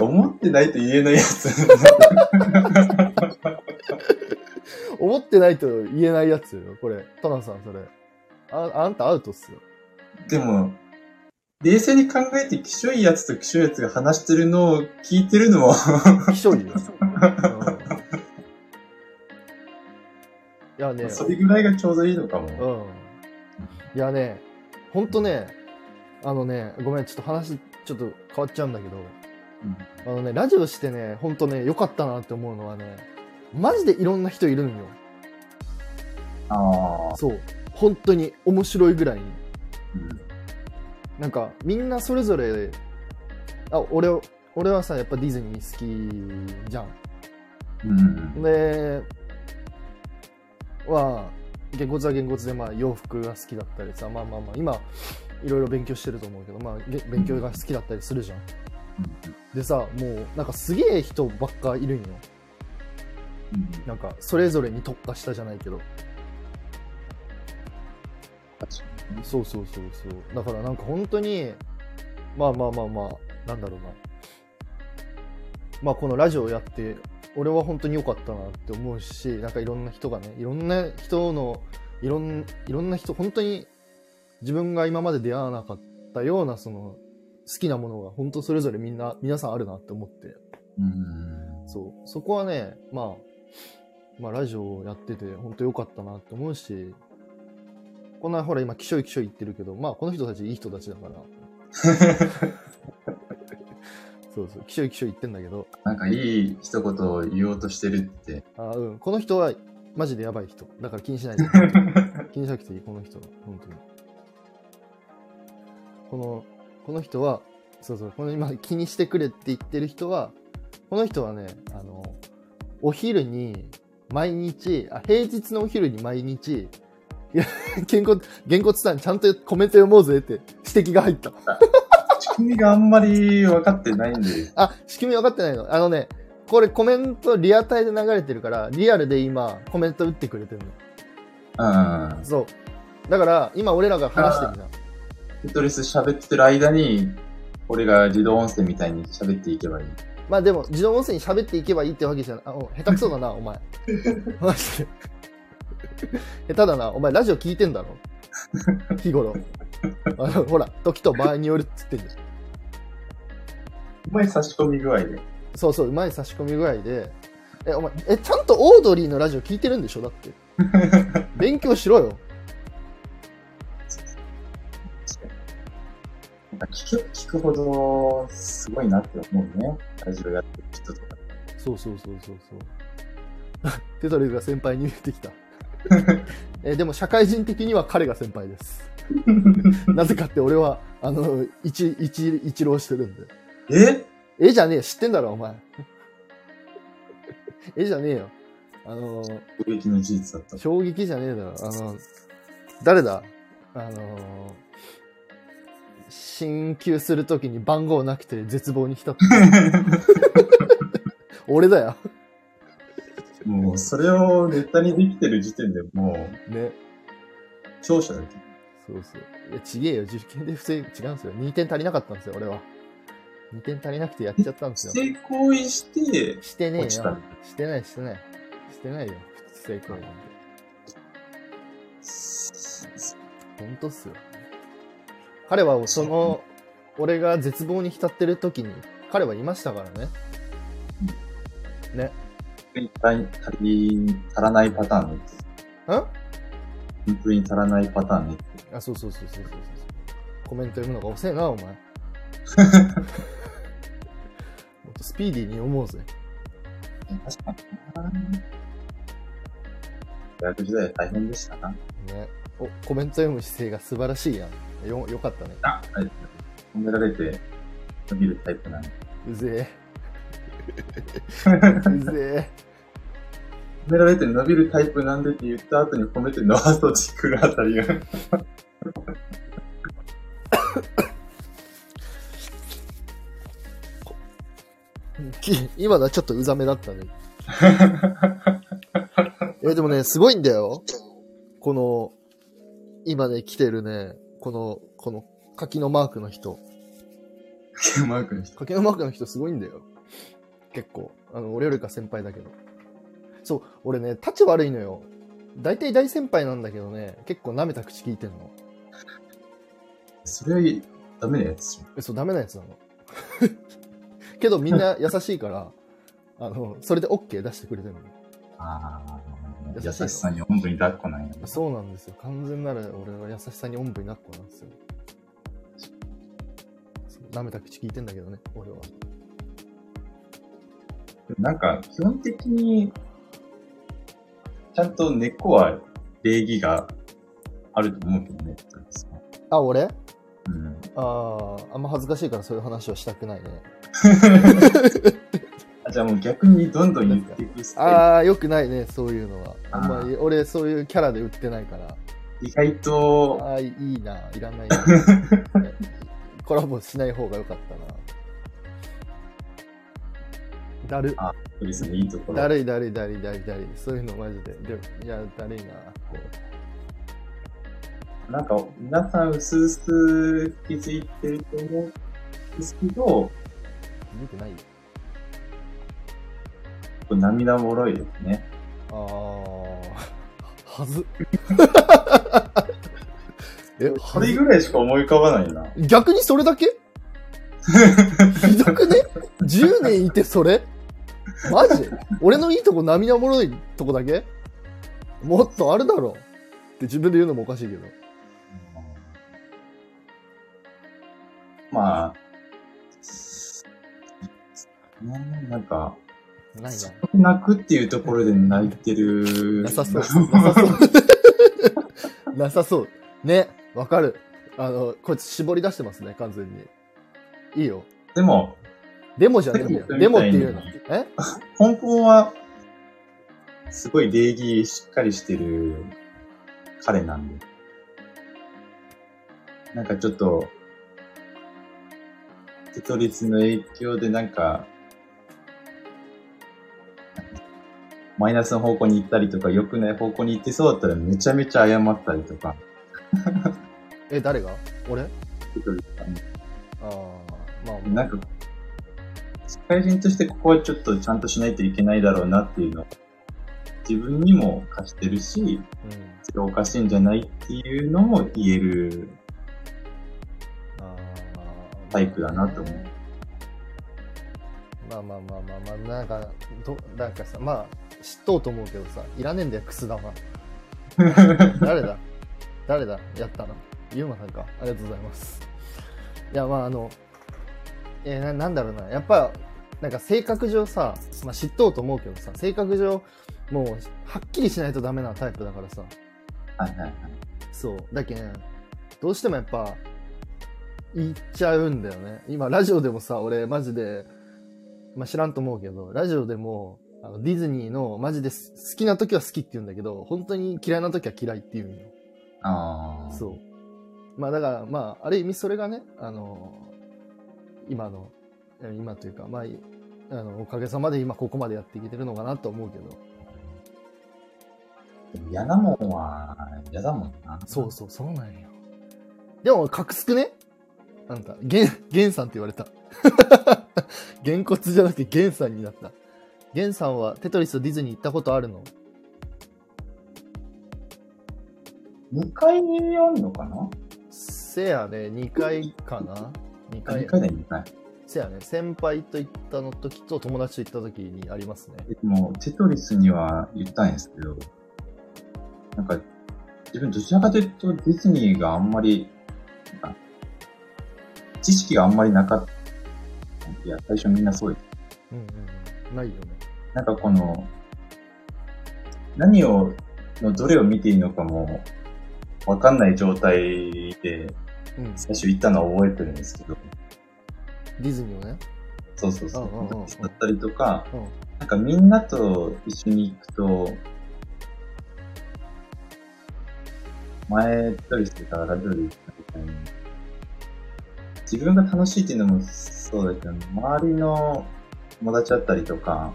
S2: 思ってないと言えないやつ。
S1: 思ってないと言えないやつよ、これ。トナさん、それ。あ、あんたアウトっすよ。
S2: でも、冷静に考えて、きしょいやつときしょいやつが話してるのを聞いてるのも
S1: 気象 よ。うんいやね、
S2: それぐらいがちょうどいいのか
S1: う
S2: も。
S1: ん。いやね、ほんとね、あのね、ごめん、ちょっと話、ちょっと変わっちゃうんだけど、あのね、ラジオしてね、ほんとね、良かったなって思うのはね、マジでいろんな人いるんよ。
S2: ああ、
S1: そう。本当に面白いぐらいに。
S2: うん
S1: なんか、みんなそれぞれ、あ、俺、俺はさ、やっぱディズニー好きじゃん。
S2: うん。
S1: で、は、げんこつはげんこつで、まあ、洋服が好きだったりさ、まあまあまあ、今、いろいろ勉強してると思うけど、まあ、げ勉強が好きだったりするじゃん。でさ、もう、なんかすげえ人ばっかいるんよ。
S2: うん
S1: なんか、それぞれに特化したじゃないけど。そうそうそうそう。だからなんか本当に、まあまあまあまあ、なんだろうな。まあこのラジオやって、俺は本当に良かったなって思うし、なんかいろんな人がね、いろんな人の、いろんいろんな人、本当に自分が今まで出会わなかったような、その、好きなものが本当それぞれみんな、皆さんあるなって思って。
S2: うん
S1: そう。そこはね、まあ、まあ、ラジオをやってて、本当良かったなって思うし、こんな、ほら、今、気象い気象い言ってるけど、まあ、この人たちいい人たちだから。そうそう、気象い気象い言ってんだけど、
S2: なんかいい一言を言おうとしてるって。
S1: あーうん、この人は、マジでやばい人。だから気にしないで。気にしなくていい、この人は。本当に。この、この人は、そうそう、この今、気にしてくれって言ってる人は、この人はね、あの、お昼に、毎日、あ、平日のお昼に毎日、 いや、げんこ、げんこつさんちゃんとコメント読もうぜって指摘が入った。
S2: 仕組みがあんまり分かってないんで。
S1: あ、仕組み分かってないのあのね、これコメントリアタイで流れてるから、リアルで今コメント打ってくれてるの。
S2: うん。
S1: そう。だから、今俺らが話してるじゃん。
S2: テトリス喋ってる間に、俺が自動音声みたいに喋っていけばいい。
S1: まあでも、自動音声に喋っていけばいいってわけじゃない。あ、お下手くそだな、お前。マジで。下手だな、お前ラジオ聞いてんだろ。日頃。あの、ほら、時と場合によるっつってんじゃん。
S2: うまい差し込み具合で。
S1: そうそう、うまい差し込み具合で。え、お前、え、ちゃんとオードリーのラジオ聞いてるんでしょだって。勉強しろよ。
S2: なんか聞けば聞くほど、すごいなって思うね。ラジオやってる人とか。
S1: そうそうそうそうそう。 テトリスが先輩に言ってきた。えでも社会人的には彼が先輩です。なぜかって俺は、あの、一、一、一浪してるんで。
S2: え
S1: えじゃねえよ、知ってんだろ、お前。 えじゃねえよ。あの、
S2: 衝撃の事実だった。
S1: 衝撃じゃねえだろ。あの、誰だあの、進級するときに番号なくて絶望に浸った。俺だよ。
S2: もう、それをネタにできてる時点でもう、
S1: ね。
S2: 勝者だけ
S1: そうそう。いや、ちげえよ。受験で不正、違うんですよ。2点足りなかったんですよ、俺は。2点足りなくてやっちゃったんです
S2: 不
S1: よ。
S2: 正行為して、
S1: してねえよ。
S2: 落ちた
S1: してない、してない。してないよ。不正解なんて。ほんとっすよ。彼は、その、俺が絶望に浸ってる時に、彼はいましたからね。
S2: 本当に足り、足らないパターンです。
S1: ん
S2: 本当に足らないパターンね。
S1: あ、そうそうそうそうそうそう。コメント読むのが遅えな、お前。もっとスピーディーに読もうぜ。
S2: 確かにな。大学時代大変でしたな。
S1: ね。お、コメント読む姿勢が素晴らしいやん。よ、よかったね。
S2: あ、はい。褒められて伸びるタイプなんで。
S1: うぜえ。うぜえ。
S2: 褒められて伸びるタイプなんでって言った後に褒めて伸ばすとちくるあたりが。
S1: き今のはちょっとうざめだったね。え、でもね、すごいんだよ。この、今ね、来てるね、この、この柿のマークの人。
S2: マークの人。
S1: 柿のマークの人すごいんだよ。結構。あの、俺よりか先輩だけど。そう、俺ね、立ち悪いのよ。大体大先輩なんだけどね、結構舐めた口聞いてんの。
S2: それはダメなやつじゃん。
S1: えそう、ダメなやつなの。 けどみんな優しいから、あの、それで OK 出してくれてるの。
S2: あ
S1: 優しい
S2: 優
S1: の
S2: しさにおんぶに抱っこなんや。
S1: そうなんですよ。完全なる俺は優しさにおんぶになっこなんですよ。そう舐めた口聞いてんだけどね、俺は。
S2: なんか、基本的に、ちゃんと根っこは礼儀があると思うけどね。
S1: あ、俺
S2: うん。
S1: ああ、あんま恥ずかしいからそういう話はしたくないね。
S2: あじゃあもう逆にどんどん言っていくスタイ
S1: ああ、よくないね、そういうのは。
S2: あ
S1: あ
S2: ー
S1: んまり、俺そういうキャラで売ってないから。
S2: ル。意外と、
S1: ああ、いいな、いらないな。ねコラボしない方が良かったな。だる。
S2: そうですね、いいところ。
S1: だるいだるいだるいだるいだるい。そういうのマジで。でいや、だるいな。こう
S2: なんか、皆さん、うすうす気づいてると思うんですけど、こ
S1: 見てないよ
S2: う涙もろいですね。
S1: あー、はず。え、
S2: こ
S1: は
S2: れ
S1: ず
S2: ぐらいしか思い浮かばないな。
S1: 逆にそれだけひどくね ?10 年いてそれマジ俺のいいとこ涙もろいとこだけもっとあるだろって自分で言うのもおかしいけど。
S2: まあ、ねなんか、
S1: ないな。
S2: 泣くっていうところで泣いてる。
S1: なさそう。なさそう。 なさそう。ね、わかる。あの、こいつ絞り出してますね、完全に。いいよ。
S2: でも、
S1: デモじゃねえんだよ。デモっていうの。え
S2: 根本は、すごい礼儀しっかりしてる彼なんで。なんかちょっと、テトリスの影響でなんか、マイナスの方向に行ったりとか、良くない方向に行ってそうだったらめちゃめちゃ謝ったりとか、
S1: え、誰が俺あ
S2: テトリスさん
S1: あ、まあ、
S2: なんか、社会人としてここはちょっとちゃんとしないといけないだろうなっていうのを自分にも貸してるし、
S1: うん。
S2: それおかしいんじゃないっていうのも言える。
S1: あー
S2: タイプだなと思う。
S1: まあまあまあまあまあ、なんか、ど、なんかさ、まあ、知っとうと思うけどさ、いらねえんだよ、くす 玉。誰だ誰だやったのゆうまさんか。ありがとうございます。いや、まああの、えーな、なんだろうな。やっぱ、なんか性格上さ、まあ知っとうと思うけどさ、性格上、もう、はっきりしないとダメなタイプだからさ。
S2: はいはいはい。
S1: そう。だけね、どうしてもやっぱ、言っちゃうんだよね。今、ラジオでもさ、俺、マジで、まあ、知らんと思うけど、ラジオでも、あのディズニーの、マジです好きな時は好きって言うんだけど、本当に嫌いな時は嫌いって言うんよ。
S2: ああ。
S1: そう。まあ、だから、まあ、ある意味それがね、あの、今の、え今というか、まあ、いあの、おかげさまで今ここまでやっていけてるのかなと思うけど、
S2: でも嫌なもんは嫌だもんな。
S1: そうそう、そうなんよ。でも、隠すくねあんた、ゲン、ゲンさんって言われた。 げんこつじゃなくてゲンさんになった。ゲンさんはテトリスとディズニー行ったことあるの
S2: 2階にあんのかな
S1: せやね、2回かな ?2
S2: あ
S1: 回
S2: 二。階だよ、2階。
S1: せやね、先輩と行ったの時と友達と行った時にありますね。
S2: でも、テトリスには言ったんですけど、なんか、自分どちらかというとディズニーがあんまり、なんか知識があんまりなかった。いや、最初みんなそうです。
S1: うんうんうん。ないよね。
S2: なんかこの、何を、のどれを見ていいのかも、わかんない状態で、
S1: うん。
S2: 最初行ったのは覚えてるんですけど、
S1: ディズニーをね。
S2: そうそうそ
S1: う
S2: う
S1: んうんうんうん。
S2: だったりとか、
S1: うん。
S2: なんかみんなと一緒に行くと、前一人してたラジオで言ったみたいに、自分が楽しいっていうのもそうだけど、周りの友達だったりとか、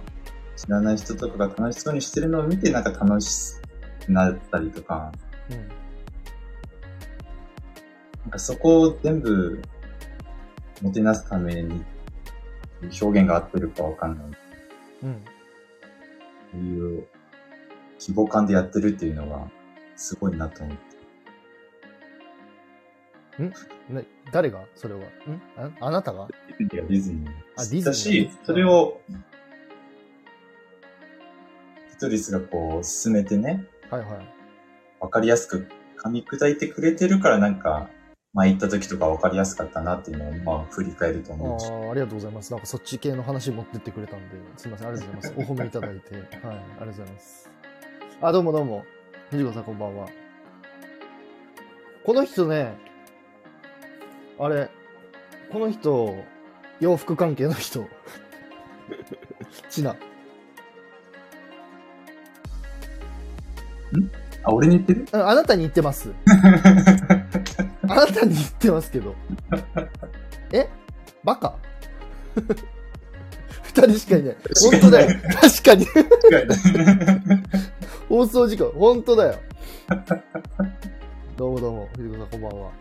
S2: 知らない人とかが楽しそうにしてるのを見て、なんか楽しくなったりとか、
S1: うん。
S2: なんかそこを全部、もてなすために、表現が合ってるかわかんない。
S1: うん。
S2: こういう規模感でやってるっていうのが、すごいなと思って。
S1: ね、誰がそれはんああなたが
S2: ディズニーはディズニー。
S1: あディズニー
S2: だし、それを、テトリスがこう、進めてね、
S1: はいはい。
S2: わかりやすく噛み砕いてくれてるから、なんか、まあ行った時とかわかりやすかったなっていうのを、まあ振り返ると
S1: あ
S2: 思うし。
S1: ーありがとうございます。なんかそっち系の話持ってってくれたんで、すいません、ありがとうございます。お褒めいただいて、はい、ありがとうございます。あ、どうもどうも。藤子さんこんばんは。この人ね、あれ、この人、洋服関係の人。ちな。
S2: あ、俺に言って る
S1: ああなたに言ってます。あなたに言ってますけど。えバカ 二人しかいない。本当だよ。確かに。放送事故。本当だよ。 どうもどうも。藤子さん、こんばんは。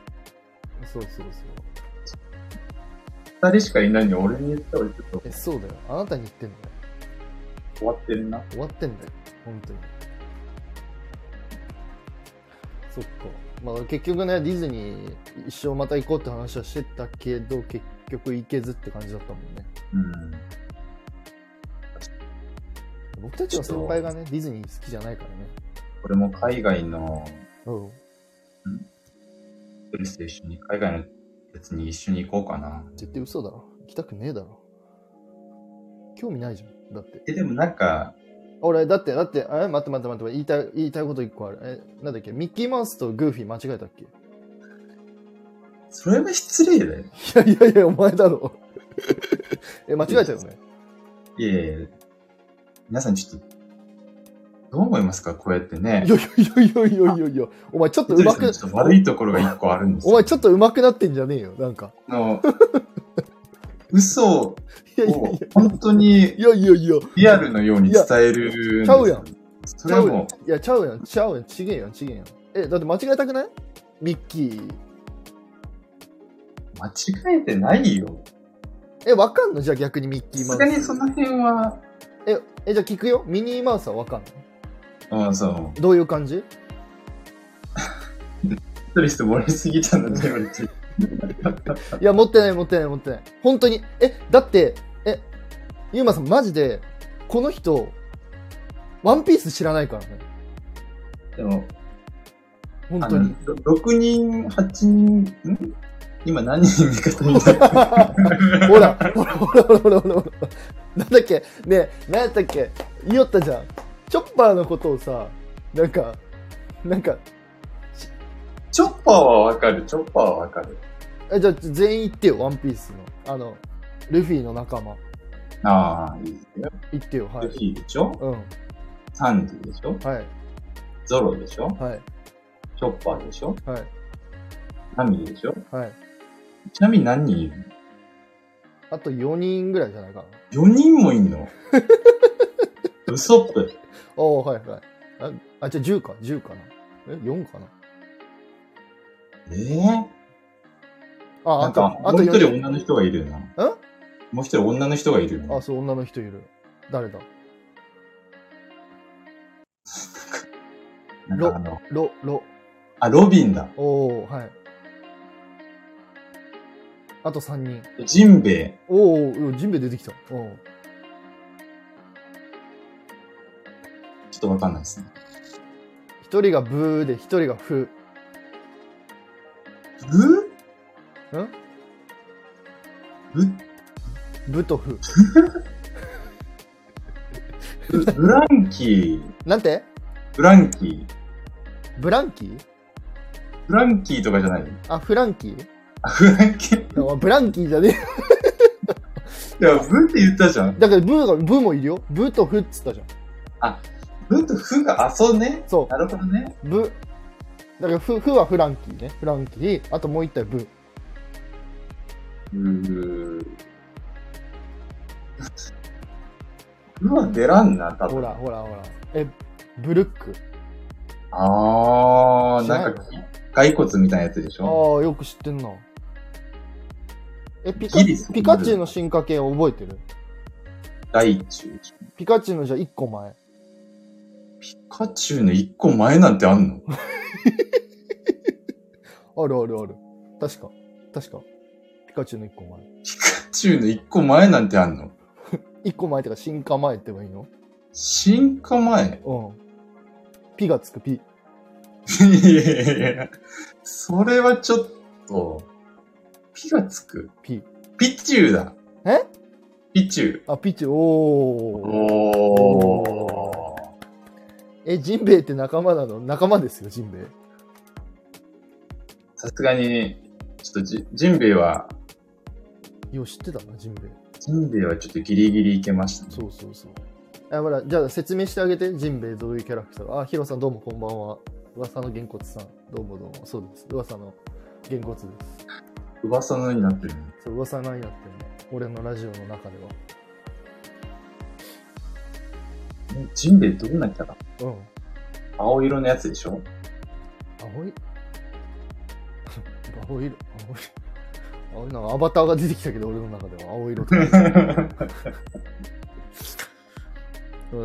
S1: そうそうそう。
S2: 二人しかいないのに俺に言ったら俺ちょっと
S1: え、そうだよ。あなたに言ってんだよ。
S2: 終わってるな。
S1: 終わってんだよ。本当に。そっか。まあ結局ね、ディズニー一生また行こうって話はしてたけど、結局行けずって感じだったもんね。
S2: うん。
S1: 僕たちの先輩がね、ディズニー好きじゃないからね。
S2: 俺も海外の
S1: うん。
S2: テトリスと一緒に、海外のやつに一緒に行こうかな。
S1: 絶対嘘だろ。行きたくねえだろ。興味ないじゃん。だって。
S2: え、でもなんか、
S1: 俺、だって、だって、え、待って待って待って、言いたい、言いたいこと一個ある。え、なんだっけ、ミッキーマウスとグーフィー間違えたっけい
S2: それは失礼だよ。
S1: やいやいや、お前だろ。 え、間違えたよね。
S2: いえいえ、皆さんちょっと、どう思いますかこうやってね
S1: い。やいやいやいやいやいや、お前ちょっと
S2: テトリ
S1: 上手
S2: スのち
S1: く
S2: ょっと、悪いところが一個あるんですよ
S1: お前ちょっと上手くなってんじゃねえよ、なんか。
S2: あの、嘘を
S1: いやいやい
S2: 本当に
S1: や、いやいやいや、
S2: リアルのように伝える。
S1: いやちゃうやん。
S2: そ
S1: ち
S2: れ
S1: ゃ
S2: は
S1: う
S2: も
S1: よ。いや、ちゃうやん、ちゃうやん、ちげえやん、ちげえやん。え、だって間違えたくないミッキー。
S2: う間違えてないよ。
S1: え、わかんのじゃあ逆にミッキ
S2: さ
S1: ーマウス。
S2: すがにその辺は、
S1: え、え、じゃあ聞くよ。ミニーマウスはわかんの
S2: うん、そう。
S1: どういう感じ
S2: テトリス盛りすぎたんだって言われて。
S1: いや、持ってない、持ってない、持ってない。本当に。え、だって、え、ゆうまさん、マジで、この人、ワンピース知らないからね。
S2: でも、
S1: 本
S2: あ
S1: 当
S2: の
S1: に。、
S2: 6人、8人、ん今何人味方にいた
S1: ほら、ほら、ほら、ほら、ほら、ほら。なんだっけ、ねえ、なんやったっけ、言いよったじゃん。チョッパーのことをさ、なんか、なんか、
S2: チョッパーはわかる、チョッパーはわかる。
S1: えじゃあ全員言ってよ、ワンピースの。あの、ルフィの仲間。
S2: ああ、いいですよ。
S1: 言ってよ、は
S2: ル
S1: い
S2: フ。ィでしょ
S1: うん、
S2: サンディでしょ
S1: はい、
S2: ゾロでしょ
S1: はい、
S2: チョッパーでしょ
S1: はい、
S2: ナミでしょ
S1: はい。
S2: ちなみに何人いる
S1: あと4人ぐらいじゃないかな。
S2: ?4 人もい んのウソップ。
S1: おおはいはい。あ、あじゃあ10か、10かな。え、4かな。
S2: えー、
S1: あ、
S2: な
S1: あ
S2: ん
S1: と、
S2: か、
S1: あ
S2: も
S1: と
S2: う一人
S1: 4
S2: 女の人がいるよな。もう一人女の人がいるよ
S1: 人。あ、
S2: な。
S1: そう、女の人いる。誰だ
S2: なんかあの、
S1: ロ、ロ。
S2: あ、ロビンだ。
S1: おおはい。あと3人。
S2: ジンベエ。
S1: おーおージンベエ出てきた。おお
S2: ちょっとわかんないですね。
S1: 一人がブーで、一人がフ
S2: ブ
S1: ー。ん
S2: ブ
S1: ブとフ。
S2: ブ ブランキー、
S1: なんて
S2: ブランキー、
S1: ブランキー
S2: ブランキーとかじゃない。
S1: あ、フランキー
S2: あ、ブランキー、
S1: あブランキーじゃねえ。
S2: いや、ブって言ったじゃ ん。
S1: だからブーが、ブーもいるよ。ブーとフっつったじゃん。
S2: ブとフが、あ、そうね。
S1: そ
S2: なるほどね。
S1: う、ブ。だからフ、フはフランキーね。フランキー。あともう一体ブー。
S2: うーん。フは出らんな、多
S1: ほ
S2: 分。
S1: らほらほら。え、ブルック。
S2: あー、
S1: 知らな
S2: ないんか、骸骨みたいなやつでしょ
S1: ああ、よく知ってんな。え、ピカ
S2: ギリス
S1: ピカチュウの進化系覚えてる
S2: 大中。
S1: ピカチュウのじゃあ1個前。
S2: ピカチュウの一個前なんてあ んの
S1: あるあるある。確か。確か。ピカチュウの1個前。
S2: ピカチュウの一個前なんてあんの
S1: 1個前ってか進化前って言えばいいの
S2: 進化前
S1: うん。ピがつくピ。
S2: いやいやいやいやそれはちょっと、ピがつく。
S1: ピ。
S2: ピチュウだ。
S1: え
S2: ピチュウ。
S1: あ、ピチュウ。おー。
S2: お
S1: お
S2: ー。
S1: え、ジンベエって仲間なの仲間ですよ、ジンベエ。
S2: さすがに、ちょっとじ、ジンベイは、
S1: よう知ってたな、ジンベエ。
S2: ジンベイはちょっとギリギリいけましたね。
S1: そうそうそう。あほら、じゃあ説明してあげて、ジンベエどういうキャラクターあ、ヒロさんどうもこんばんは。噂のげんこつさん。どうもどうも。そうです。噂のげんこつです。
S2: 噂のようになってるね。
S1: そう、噂ないなってね。俺のラジオの中で
S2: えジンベイどんなキャラ
S1: は。うん。
S2: 青色のやつでしょ
S1: 青い 青色青い青いなんかアバターが出てきたけど俺の中では青色と かう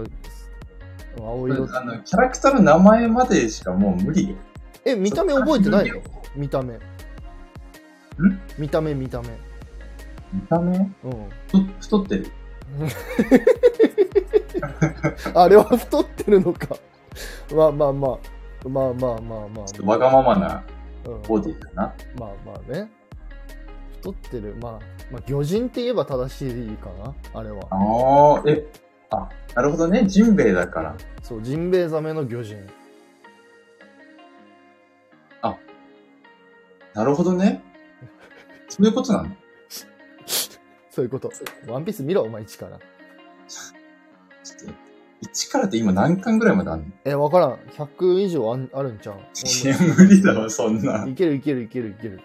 S1: ん青色
S2: あの、キャラクターの名前までしかもう無理よ。
S1: え見た目覚えてないの見た目見た目見た目
S2: 見た目
S1: うん
S2: 太太ってる。
S1: あれは太ってるのかまあまあまあまあまあまあまあ
S2: ちょっとわがままな
S1: うん
S2: ボディだな。
S1: まあまあね太ってるまあまあ魚人って言えば正しいかなあれは
S2: ああ、え、あ、なるほどね。ジンベイだから。
S1: そうジンベエザメの魚人
S2: なるほどね。そういうことなの
S1: そういうこと。ワンピース見ろ、お前一から。
S2: ちょっと、一からって今何巻ぐらいまであんの
S1: え、わからん。100以上あんあるんちゃう
S2: いや、無理だわ、そんな。
S1: いけるいけるいけるいける。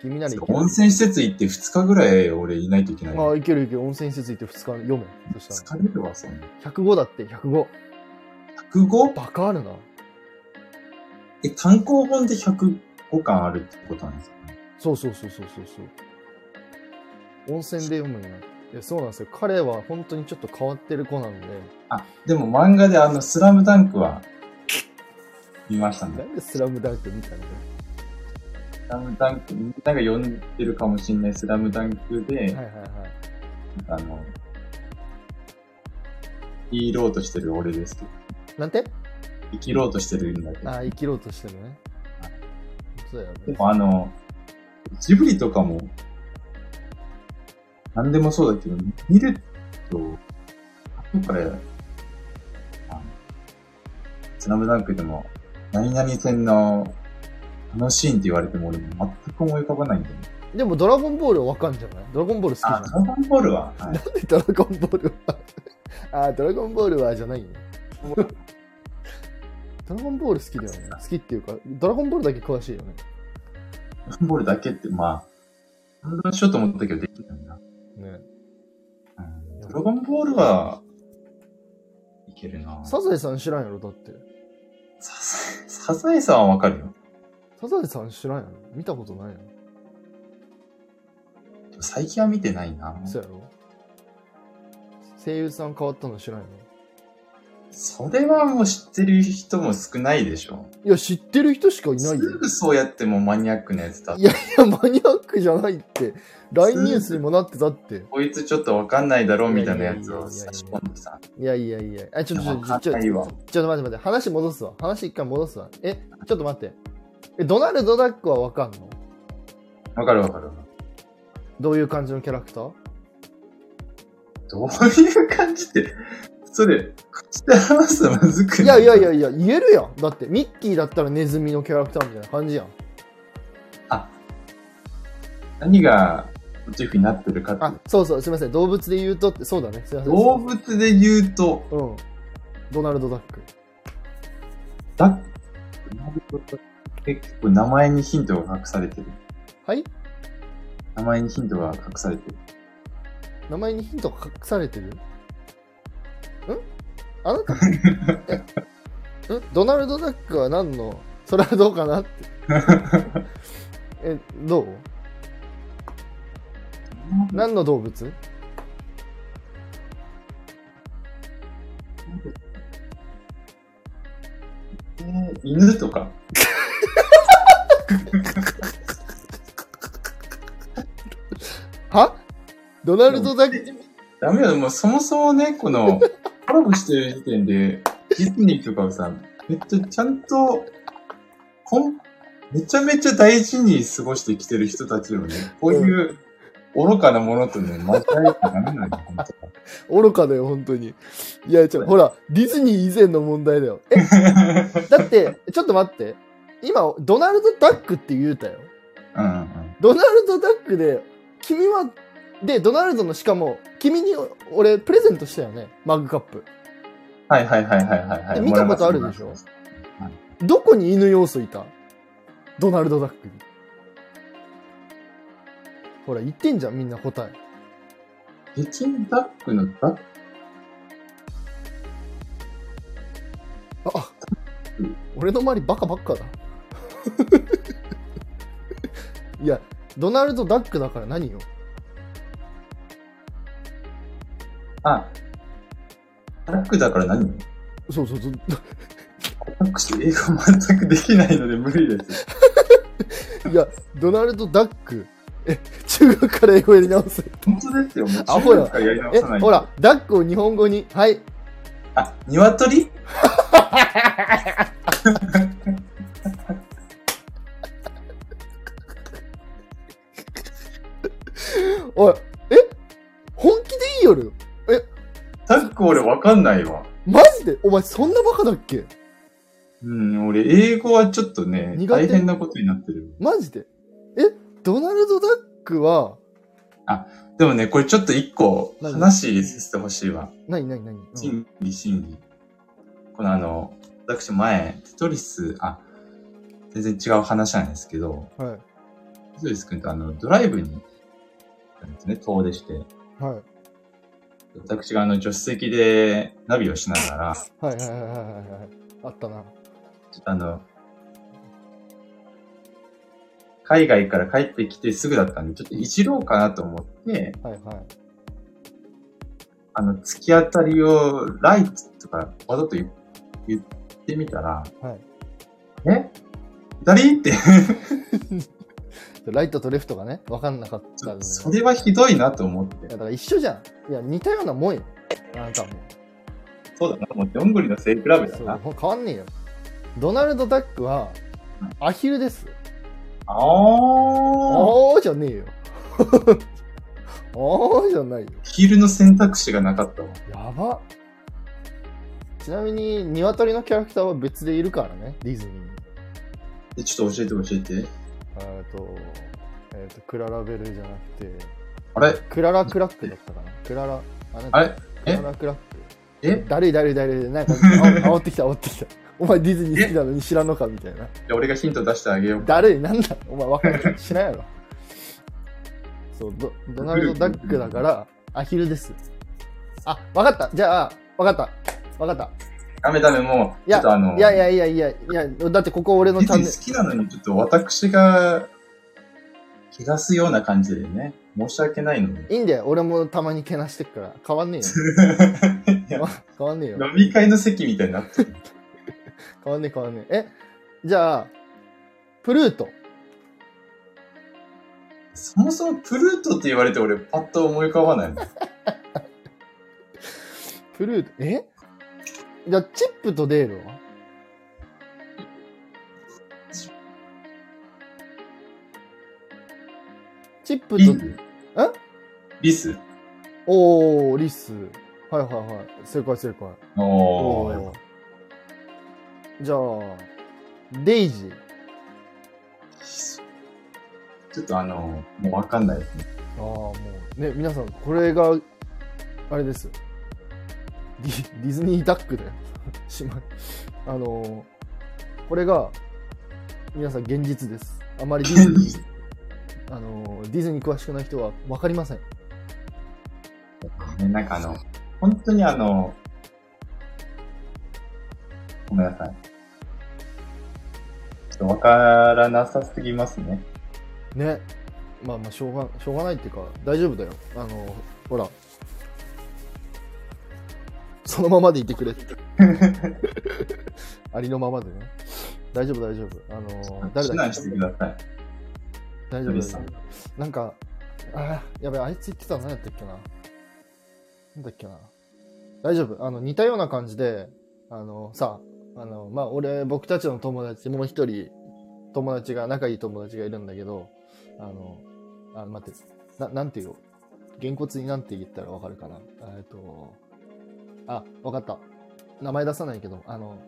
S1: 君ならいける。
S2: 温泉施設行って2日ぐらい俺いないといけない。
S1: ああ、いけるいける。温泉施設行って2日読め。そした
S2: 疲れるわ、そんな。
S1: ら。105だって、105。
S2: 105?
S1: バカあるな。
S2: え、単行本で105巻あるってことなんですかね
S1: そうそうそうそうそうそう。温泉で読むんや。いや、そうなんですよ。彼は本当にちょっと変わってる子なので。
S2: あ、でも漫画であの、スラムダンクは、見ました
S1: な
S2: ね。
S1: んでスラムダンクみたいな。
S2: スラムダンク、みんなが読んでるかもしんないスラムダンクで、
S1: はいはいはい。
S2: あの、生きろうとしてる俺ですけど、
S1: なんて
S2: 生きろうとしてるんだけど
S1: あ、あ、生きろうとしてるね。そうだよ
S2: で
S1: ね。
S2: もあの、ジブリとかも、なんでもそうだけど、見ると、後から、あのスラムダンクでも、何々戦の、あのシーンって言われても俺も全く思い浮かばないんだよね。
S1: でもドラゴンボールはわかんじゃないドラゴンボール好きじゃ
S2: あ、
S1: ない
S2: ドラゴンボールは、はい、
S1: でドラゴンボールはあードラゴンボールはじゃないよドラゴンボール好きだよね好きっていうかドラゴンボールだけ詳しいよね
S2: ドラゴンボールだけって、まあ、反論しようと思ったけどできないな。
S1: ね
S2: うんドラゴンボールは、いけるな。
S1: サザエさん知らんやろだって
S2: サザエサザエさんはわかるよ。
S1: サザエさん知らんやろ見たことないやろ
S2: 最近は見てないな。
S1: そうやろ声優さん変わったの知らんやろ
S2: それはもう知ってる人も少ないでしょ。
S1: いや知ってる人しかいない
S2: す
S1: よ
S2: ぐそうやってもうマニアックなやつだ
S1: い。やいやマニアックじゃないって LINE ニュースにもなってたって
S2: こいつちょっとわかんないだろみたいなやつ
S1: いやいやいやいや
S2: を差し込んでさ。
S1: いやいやいやあちょっとちょ
S2: わ
S1: っと
S2: か
S1: ちょっ
S2: んな
S1: と
S2: いわ。
S1: ちょっと待って待って、話戻すわ。話一回戻すわ。え、ちょっと待って。え、ドナルド・ダックはわかんの
S2: わかるわかる。
S1: どういう感じのキャラク ター
S2: どういう感じって、それ、口で話すのまずく
S1: い
S2: な
S1: や
S2: い
S1: いやいやいや、言えるやん。だって、ミッキーだったらネズミのキャラクターみたいな感じやん。
S2: 何がモチーフになってるかって
S1: あ、そうそう、すみません。動物で言うとって、そうだね。すみません。
S2: 動物で言うと、
S1: うん。ドナルド・ダック。
S2: ダック、なるほど結構名前にヒントが隠されてる。
S1: はい
S2: 名前にヒントが隠されてる。
S1: 名前にヒントが隠されてるんあなたえんドナルド・ダックは何のそれはどうかなって。え、どう何の動物
S2: えー犬とか。
S1: はドナルド・ダック、
S2: ダメだよ、もうそもそもね、こ の、コラボしてる時点で、ディズニーとかをさ、めっちゃちゃんと、こん、めちゃめちゃ大事に過ごしてきてる人たちをね、こういう愚かなものとね、間違えてダメなんだよ、本当は
S1: 愚かだよ、本当に。いや、ちょ、ほら、ディズニー以前の問題だよ。え、だって、ちょっと待って。今、ドナルド・ダックって言うたよ。
S2: うんうんうん。
S1: ドナルド・ダックで、君は、で、ドナルドのしかも、君に俺、プレゼントしたよね、マグカップ。
S2: はいはいはいはいはい、はい。
S1: 見たことあるでしょ
S2: もらいます
S1: どこに犬要素いたドナルド・ダックに。ほら、言ってんじゃん、みんな答え。
S2: 北京ダックのダッ
S1: ああ、俺の周りバカばっかだ。 いや、ドナルド・ダックだから何よ。
S2: あ、ダックだから何
S1: そうそうそう。
S2: 私、英語全くできないので無理です。
S1: いや、ドナルド・ダック。え、中学から英語やり直す。
S2: 本当ですよ、もう
S1: あほら
S2: 中学からやり直
S1: え、
S2: さないと
S1: ほ。ら、ダックを日本語に。はい。
S2: あ、鶏
S1: おい、え本気でいいよる
S2: ダック俺わかんないわ。
S1: マジでお前そんなバカだっけ
S2: うん、俺、英語はちょっとね、
S1: 苦手
S2: 大変なことになってる。
S1: マジでえドナルド・ダックは、
S2: でもね、これちょっと一個、
S1: 何
S2: 話させてほしいわ。
S1: なになになに、うん
S2: 審議、審議。このあの、私前、テトリス、あ、全然違う話なんですけど、
S1: はい。
S2: テトリス君とあの、ドライブに行ったんですね、遠出して。
S1: はい。
S2: 私があの、助手席でナビをしながら、ち
S1: はいはいはいはいはいはい。あったな。
S2: ょっとあの、海外から帰ってきてすぐだったんで、ちょっといじろうかなと思って、
S1: はいはい。
S2: あの、突き当たりをライトとか、わざと言言ってみたら、
S1: は
S2: え左って、
S1: ライトとレフトがね、わかんなかったのね
S2: それはひどいなと思
S1: い
S2: っ
S1: や
S2: て、
S1: だから一緒じゃん。いや、似たようなもんよ。あなたも。
S2: そうだな、もうどんぐりの背比べだ
S1: そう、
S2: な。
S1: もう変わんねえよ。ドナルド・ダックは、アヒルです。
S2: あー。
S1: おーじゃねえよ。おーじゃないよ。
S2: ヒールの選択肢がなかったわ。
S1: やば。ちなみに、鶏のキャラクターは別でいるからね、ディズニーに。
S2: で、ちょっと教えて教えて。
S1: えっと、えっ、と、クララベルじゃなくて、
S2: あれ
S1: クララクラックだったかな。クララ、あなんか
S2: あれ
S1: ク
S2: え
S1: ララクラック。
S2: え
S1: だるいだるいだるい。なんか、あお煽ってきた、煽ってきた。お前ディズニー好きなのに知らんのかみたいな。
S2: じゃあ俺がヒント出してあげようか。
S1: だるい、なんだお前分かる気しないやろ。そう、ドドナルド・ダックだから、アヒルです。あ、わかった。じゃあ、わかった。わかっ
S2: ダメダメ、もう、
S1: い
S2: ちょっとあの、
S1: た。いやいやいやいやいや、だってここ俺の
S2: デ
S1: チャ
S2: ィ
S1: ンネル
S2: ズニー。好きなのに、ちょっと私が、気がすような感じでね、申し訳ないので。
S1: いいんだよ。俺もたまにけなしてっから。変わんね えよ。変わんねえよ。
S2: 飲み会の席みたいになってる。
S1: 変わんねえ変わんねえ。え、じゃあ、プルート。
S2: そもそもプルートって言われて俺パッと思い浮かばないの。
S1: プルート、えじゃあ、チップとデールは
S2: チ
S1: チップ
S2: リス
S1: と、え
S2: リス
S1: おー、リス。はいはいはい。正解正解。
S2: おー。
S1: ーじゃあ、デイジー。
S2: ちょっとあの、もうわかんないですね。
S1: ああ、もう。ね、皆さん、これが、あれですよ。ディディズニーダックで、 しまい。あのーこれが、皆さん現実です。あまりディズニー、あのーディズニー詳しくない人は分かりません。
S2: ねなんかあの、本当にあの、ごめんなさい。ちょっとわからなさすぎますね。
S1: ね。まあまあ、しょうが、しょうがないっていうか、大丈夫だよ。あのーほら。そのままでいてくれって。ありのままでね。大丈夫、大丈夫。あのー誰
S2: 避
S1: だっ
S2: 難
S1: け
S2: してください。
S1: 大丈夫
S2: 鳥
S1: です
S2: さ。ん。
S1: なんか、あーやべえ、あいつ言ってたの何やったっけな。なんだっけな。大丈夫。あの、似たような感じで、あの、さ、あの、まあ、俺、僕たちの友達、もう一人、友達が、仲いい友達がいるんだけど、あの、あ、待って、な、なんて言うげんこつになんて言ったらわかるかな。えっと、あ、わかった。名前出さないけど、あの、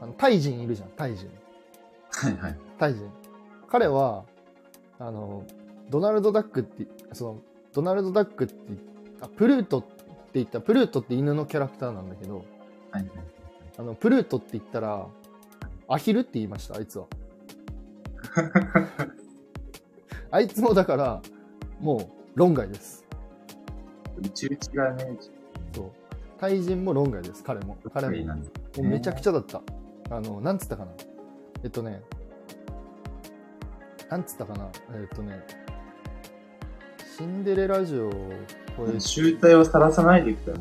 S1: あの、タイ人いるじゃん、タイ人。
S2: はいはい。
S1: タイ人。彼は、あの、ドナルド・ダックって、その、ドナルド・ダックって、あ、プルートって言った、プルートって犬のキャラクターなんだけど、
S2: はいはい。
S1: あの、プルートって言ったら、アヒルって言いました、あいつは。あいつもだから、もう、論外です。
S2: 宇宙一がね、ち
S1: そう。タイ人も論外です、彼も
S2: ょっ。と
S1: 彼
S2: 得意
S1: も。
S2: なんで。
S1: もうめちゃくちゃだった。あの、なんつったかな。えっとね、なんつったかな。えっとね、シンデレラ城を超えて、い
S2: 集体をさらさないでくださ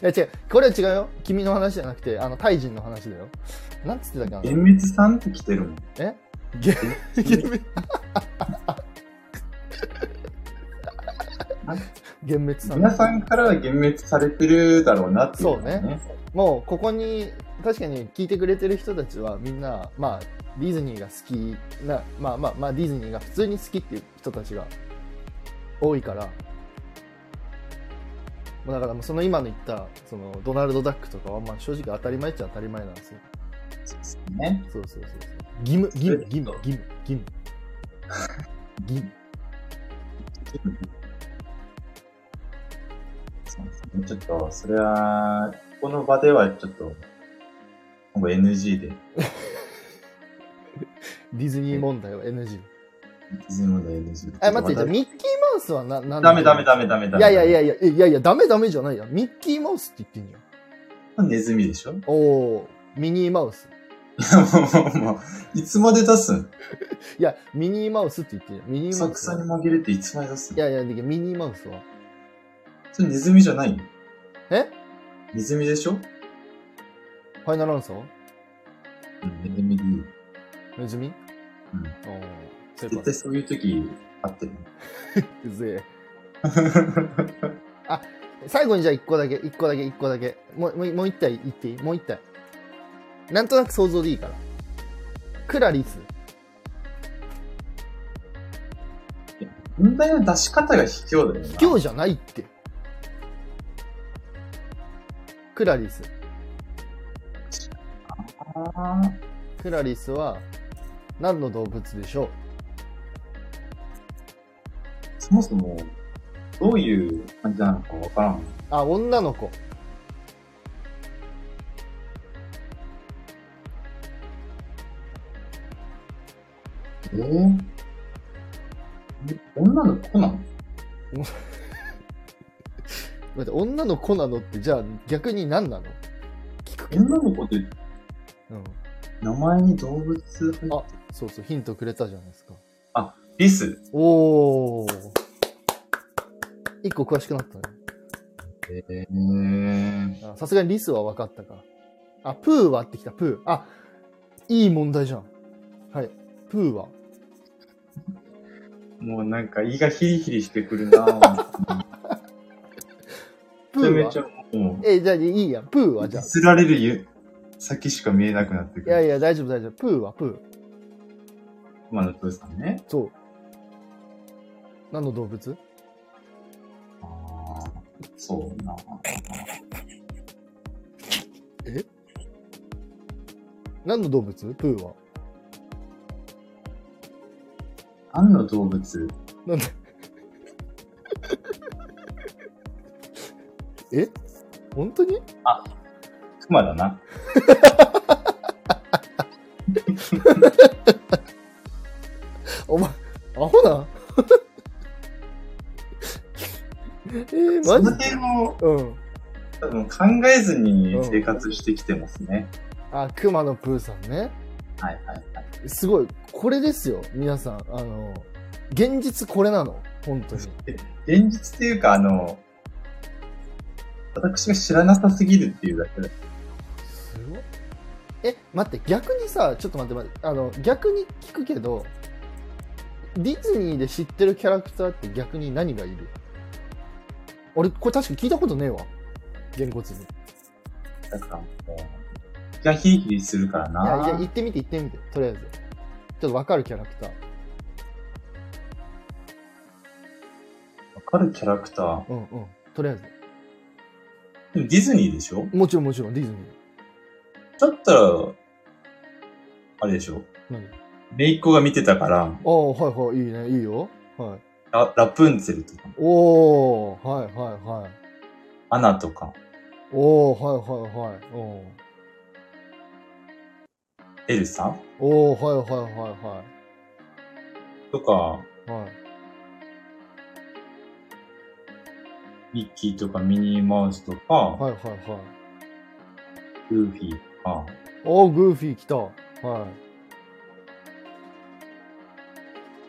S2: い。
S1: や違う、これは違うよ。君の話じゃなくて、あの、タイ人の話だよ。なんつってたかな
S2: 厳。密さんって来てるもん。
S1: えゲゲメ 幻滅さん
S2: 皆さんからは幻滅されてるだろうなっていう、
S1: そうね。もうここに確かに聞いてくれてる人たちはみんなまあディズニーが好きなまあまあまあディズニーが普通に好きっていう人たちが多いからもうだからもうその今の言ったそのドナルド・ダックとかはまあ正直当たり前っちゃ当たり前なんですよ
S2: そうですね。
S1: そうそうそうそう義務義務義務義務 義務義務
S2: そうですね。ちょっと、それは、この場ではちょっと、今後 NG で、デ
S1: ディズニー問題は NG
S2: ィズニー問題 NG で。
S1: え待ってじゃあ
S2: ま
S1: ミッキーマウスはなな
S2: た
S1: ん
S2: ダメダメダメダメダ
S1: い
S2: メ。
S1: やいやいや
S2: や。
S1: いやいやいやダメダメじゃないやミッキーマウスって言ってんじゃん
S2: ネズミでしょも
S1: おおミニーマウス。
S2: うもういつまで出すん
S1: いや、ミニーマウスって言ってるよミニーマ
S2: 草
S1: ウス
S2: 草
S1: は。
S2: に紛れていつまで出すん
S1: いやいや、だけどミニーマウスは。
S2: それネズミじゃない
S1: え
S2: ネズミでしょ
S1: ファイナルアンサー
S2: うんネズミでいい。
S1: ネズミ
S2: うん
S1: おー、セー
S2: 絶
S1: パ
S2: 対
S1: ー。
S2: そういう時、あってる。
S1: うぜえ。最後にじゃあ1個だけ、1個だけ、1個だけ。もう、もうもう1体言っていいもう1体。なんとなく想像でいいから。クラリス。
S2: 問題の出し方が卑怯だよな。
S1: 卑怯じゃないって。クラリス。
S2: あー
S1: クラリスは何の動物でしょう
S2: そもそも、どういう感じなのかわからん。
S1: あ、女の子。
S2: えー、女の子なの
S1: 待って、女の子なのって、じゃあ逆に何なの聞くけど。
S2: 女の子って
S1: うん。
S2: 名前に動物入って
S1: あそうそう、ヒントくれたじゃないですか。
S2: リス。
S1: おお。一個詳しくなったね
S2: えー、
S1: あ。さすがにリスは分かったか。あ、プーはってきた、プー。あ、いい問題じゃん。はい。プーは。
S2: もうなんか胃がヒリヒリしてくる なぁ
S1: プー
S2: めちゃめ
S1: は
S2: ちゃも
S1: え、じゃあいいやん。プーは
S2: う、
S1: じゃあ。
S2: 釣られるゆ先しか見えなくなってく
S1: いや
S2: る。
S1: いや、大丈夫大丈夫。プーはプー。
S2: 今の父さんね。
S1: そう。何の動物
S2: あーそうな
S1: 何の動物プーは。
S2: アンの動物、
S1: なんでえ本当に
S2: クマだな。
S1: お前、アホな えー、
S2: そ
S1: マ
S2: の
S1: ジ
S2: 辺を
S1: うん。
S2: 多分考えずに生活してきてますね。
S1: あ、熊のプーさんね。
S2: はいはいはい。
S1: すごい。これですよ。皆さん。あの、現実これなの。本当に。
S2: 現実っていうか、あの、私が知らなさすぎるっていうだけだ。
S1: すごい。え、待って、逆にさ、ちょっと待って待って、あの、逆に聞くけど、ディズニーで知ってるキャラクターって逆に何がいる俺、これ確か聞いたことねえわ。げんこつに。い
S2: だからもう、がヒリヒリするから
S1: や、いや
S2: な
S1: 行。ってみて行ってみて、とりあえず。ちょっとわかるキャラクター。
S2: わかるキャラクター。
S1: うんうん。とりあえず。
S2: でもディズニーでしょ
S1: もちろんもちろん、ディズニー。
S2: だったら、あれでしょ
S1: 何あ
S2: めいっ子が見てたから、
S1: あ、はいはい、いいね、いいよ。はい。
S2: ララプンツェルとか、
S1: おー、はいはいはい。
S2: アナとか、
S1: おー、はいはいはい。おー、
S2: エルサ
S1: おーはいはいはいは
S2: とか、
S1: い。はい。
S2: ミッキーとかミニーマウスとか、
S1: はいはいはい。
S2: グーフィーとか、
S1: おー、グーフィー来た。 は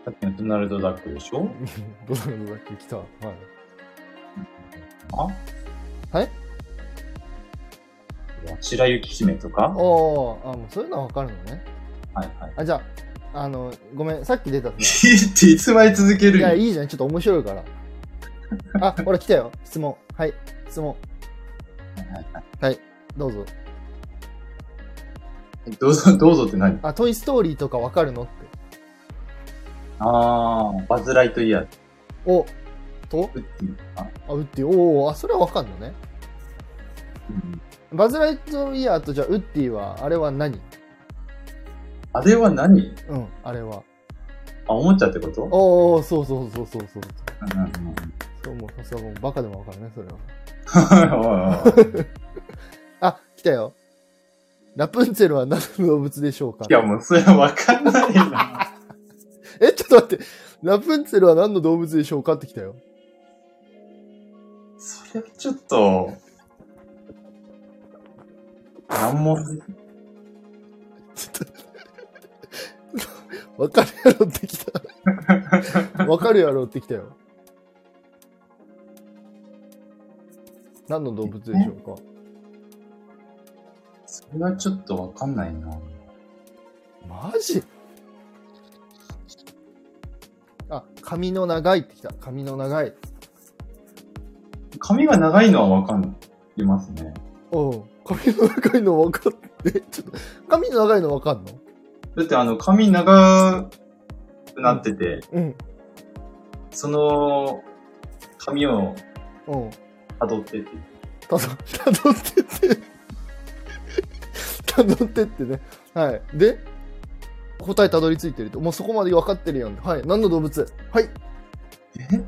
S2: さっきのドナルド・ダックでしょ
S1: い。ドナルドだっけ来た。はい。
S2: あ
S1: はい
S2: 白雪姫とかはい
S1: おー、あ、もうそういうのはわかるのね。
S2: はい。
S1: あ、じゃあ、あの、ごめん、さっき出たね。
S2: っていつまで続け
S1: い
S2: る
S1: や、
S2: ん
S1: いいじゃん、ちょっと面白いから。あ、ほら来たよ。質問。はい、質問。どうぞ。
S2: どうぞ、どうぞって何
S1: あ、トイストーリーとかわかるのって。
S2: あー、バズ・ライトイヤー、
S1: お、と
S2: ウッディとか。
S1: あ、ウッディ。おー、あ、それはわかんのね。
S2: うん
S1: バズ・ライトイヤーとじゃあ、ウッディは、あれは何
S2: あれは何
S1: うん、あれは。
S2: あ、おもちゃってこと
S1: おー、そうそうそうそうそう。
S2: うんうんうん
S1: そう、もうさすがもうバカでもわかるね、それは。
S2: おいおいおい
S1: あ、来たよ。ラプンツェルは何の動物でしょうか
S2: いや、もうそれはわかんないな。
S1: え、ちょっと待って。ラプンツェルは何の動物でしょうかって来たよ。
S2: それはちょっと、なんも、
S1: ちょっと。わかるやろって来 た。わかるやろって来たよ。何の動物でしょうか
S2: それはちょっとわかんないな。
S1: マジあ、髪の長いって来た。髪の長い。
S2: 髪が長いのはわかんいますね。
S1: うん。髪の長いの分かって。ちょっと、髪の長いの分かんの
S2: だってあの、髪長くなってて、
S1: うん。
S2: その、髪を
S1: うん。
S2: 辿ってって。
S1: たど、たどってって。たどってってね。はい。で、答えたどり着いてると。もうそこまで分かってるやん。はい。何の動物はい。
S2: えこ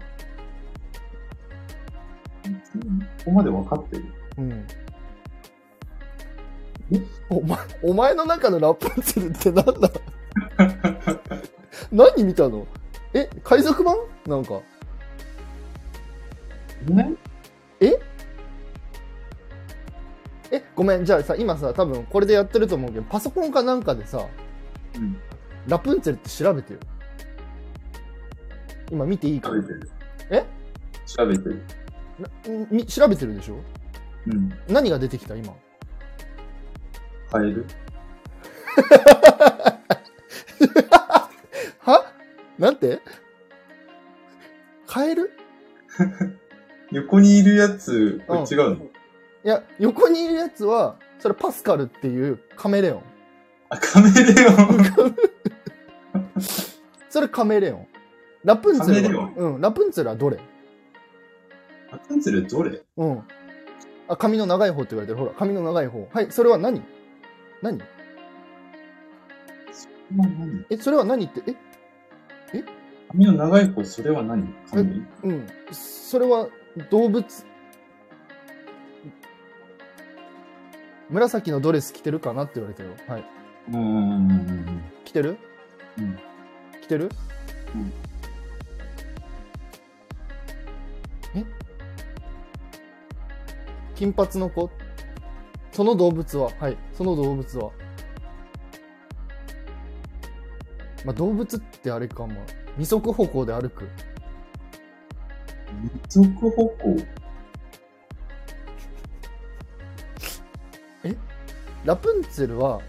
S2: こまでわかってる
S1: うん
S2: え。
S1: お前、お前の中のラプンツェルって何だ何見たのえ、海賊版なんか。
S2: ね
S1: え、ごめん。じゃあさ、今さ、多分これでやってると思うけど、パソコンかなんかでさ、
S2: うん。
S1: ラプンツェルって調べてよ。今見ていいか
S2: 調
S1: な
S2: べてる。
S1: え
S2: 調べてる。
S1: み調べてるでしょ
S2: うん。
S1: 何が出てきた今。
S2: カエル
S1: はなんてカエル
S2: 横にいるやつ、これ
S1: うん
S2: 違うの
S1: いや、横にいるやつは、それパスカルっていうカメレオン。
S2: あ、カメレ オン。
S1: それカメレオン。ラプンツェルは
S2: カメ
S1: うん、ラプンツェルはどれ
S2: ラプンツェルどれ
S1: うん。あ、髪の長い方って言われてる。ほら、髪の長い方。はい、それは何何
S2: 何
S1: え、それは何って、ええ
S2: 髪の長い子、それは何髪
S1: うん。それは動物。紫のドレス着てるかなって言われたよ。はい。
S2: うんうんうんうん
S1: 着てる
S2: うん。
S1: 着てるえ金髪の子その動物ははい。その動物はまあ、動物ってあれかも。二足歩行で歩く。
S2: うん。二足歩行
S1: ラプンツェルは